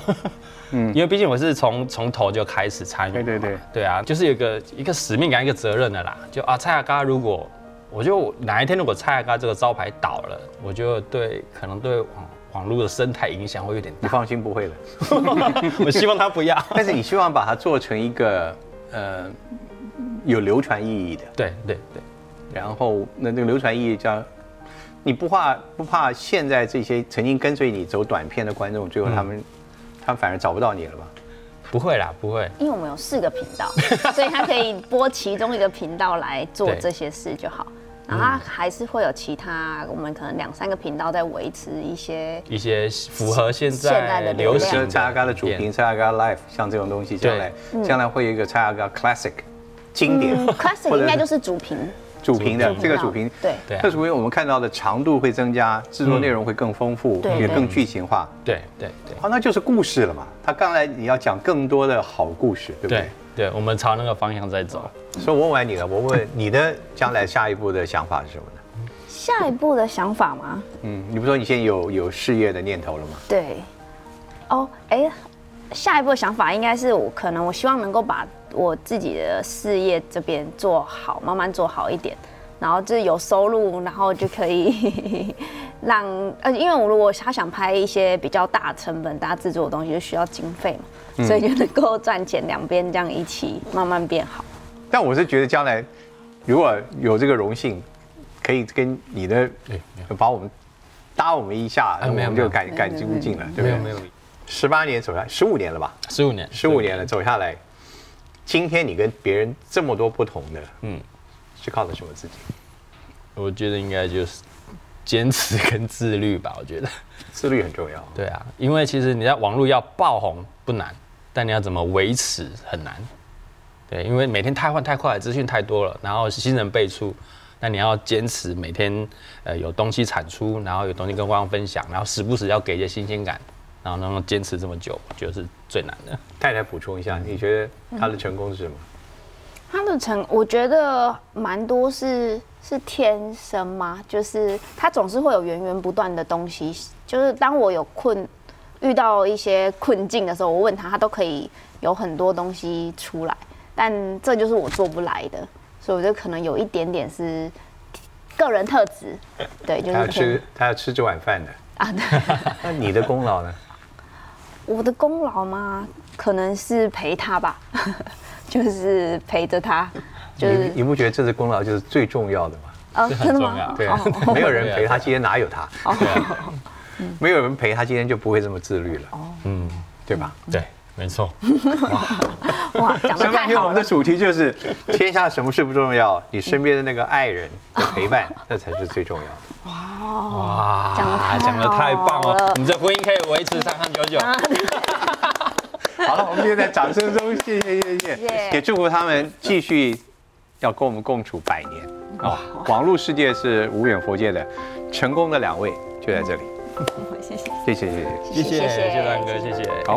[SPEAKER 2] 嗯， 因为毕竟我是从从头就开始参与，
[SPEAKER 1] 对对对，
[SPEAKER 2] 对啊，就是有个一个使命感，一个责任的啦。就啊，蔡阿嘎，如果我就哪一天如果蔡阿嘎这个招牌倒了，我就对可能对网网络的生态影响会有点大。
[SPEAKER 1] 你放心，不会的，
[SPEAKER 2] 我希望 他不要。
[SPEAKER 1] 但是你希望把它做成一个呃有流传意义的，
[SPEAKER 2] 对对对。
[SPEAKER 1] 然后，那这个流传意义叫，你不怕不怕现在这些曾经跟随你走短片的观众，最后他们，嗯、他们反而找不到你了吧？
[SPEAKER 2] 不会啦，不会，
[SPEAKER 3] 因为我们有四个频道，所以他可以播其中一个频道来做这些事就好。然后他还是会有其他，我们可能两三个频道在维持一些
[SPEAKER 2] 一些符合现在现在
[SPEAKER 3] 的
[SPEAKER 2] 流行
[SPEAKER 1] 的。蔡阿嘎的主频，蔡阿嘎 Life，像这种东西，将来将来会有一个蔡阿嘎 Classic 经典、嗯、
[SPEAKER 3] ，Classic 应该就是主频。
[SPEAKER 1] 主屏的这个主屏，
[SPEAKER 3] 对，
[SPEAKER 1] 这主屏我们看到的长度会增加，制作内容会更丰富，也更剧情化。
[SPEAKER 2] 对对对，
[SPEAKER 1] 啊，那就是故事了嘛。他刚才你要讲更多的好故事，对不对？
[SPEAKER 2] 对，我们朝那个方向在走。
[SPEAKER 1] 所以我问完你了，我问你的将来下一步的想法是什么呢？
[SPEAKER 3] 下一步的想法吗？
[SPEAKER 1] 嗯，你不说你现在有有事业的念头了吗？
[SPEAKER 3] 对，哦，哎，下一步的想法应该是我可能我希望能够把。我自己的事业这边做好，慢慢做好一点，然后就是有收入，然后就可以 让呃，因为我如果他想拍一些比较大成本、大制作的东西，就需要经费嘛，嗯、所以就能够赚钱，两边这样一起慢慢变好。
[SPEAKER 1] 但我是觉得将来如果有这个荣幸，可以跟你的把我们搭我们一
[SPEAKER 2] 啊
[SPEAKER 1] 下，我们就感感激不尽了，对不对？
[SPEAKER 2] 没有，
[SPEAKER 1] 十八年走下，十五年了吧？
[SPEAKER 2] 十五年，
[SPEAKER 1] 十五年了，走下来。今天你跟别人这么多不同的，嗯，是靠的什么自己？
[SPEAKER 2] 我觉得应该就是坚持跟自律吧。我 觉得
[SPEAKER 1] 自律很重要。
[SPEAKER 2] 对啊，因为其实你在网络要爆红不难，但你要怎么维持很难。对，因为每天太换太快，资讯太多了，然后新人辈出，那你要坚持每天呃有东西产出，然后有东西跟观众分享，然后时不时要给一些新鲜感。然后能够坚持这么久，我觉得是最难的。
[SPEAKER 1] 太太补充一下，你觉得他的成功是什么？
[SPEAKER 3] 他的成，我觉得蛮多是是天生吗？就是他总是会有源源不断的东西。就是当我有困，遇到一些困境的时候，我问他，他都可以有很多东西出来。但这就是我做不来的，所以我觉得可能有一点点是个人特质。对，就是
[SPEAKER 1] 他要吃他要吃这碗饭的啊。那你的功 劳呢？
[SPEAKER 3] 我的功劳吗？可能是陪他吧， 就是陪着他。
[SPEAKER 1] 就是你你不觉得这次功劳就是最重要的吗？
[SPEAKER 3] 啊，真的吗？
[SPEAKER 1] 对啊，
[SPEAKER 3] 哦
[SPEAKER 1] 没有人陪他，今天哪有他？
[SPEAKER 2] 啊
[SPEAKER 1] 没有人陪他，今天就不会这么自律了。哦，嗯，对吧？
[SPEAKER 2] 对，没错。
[SPEAKER 3] 哇哇，讲的太好了。
[SPEAKER 1] 我们的主题就是天下什么事不重要，你身边的那个爱人的陪伴，那才是最重要的。
[SPEAKER 3] 哇，讲
[SPEAKER 2] 的太棒了！你的婚姻可以维持长长久久。
[SPEAKER 3] 啊
[SPEAKER 1] 好了，我们现在掌声中谢谢谢谢，也祝福他们继续要跟我们共处百年啊！网络世界是无远佛界的，成功的两位就在这里。
[SPEAKER 3] 谢谢
[SPEAKER 1] 谢谢谢
[SPEAKER 3] 谢谢谢
[SPEAKER 2] 谢谢段哥，谢谢。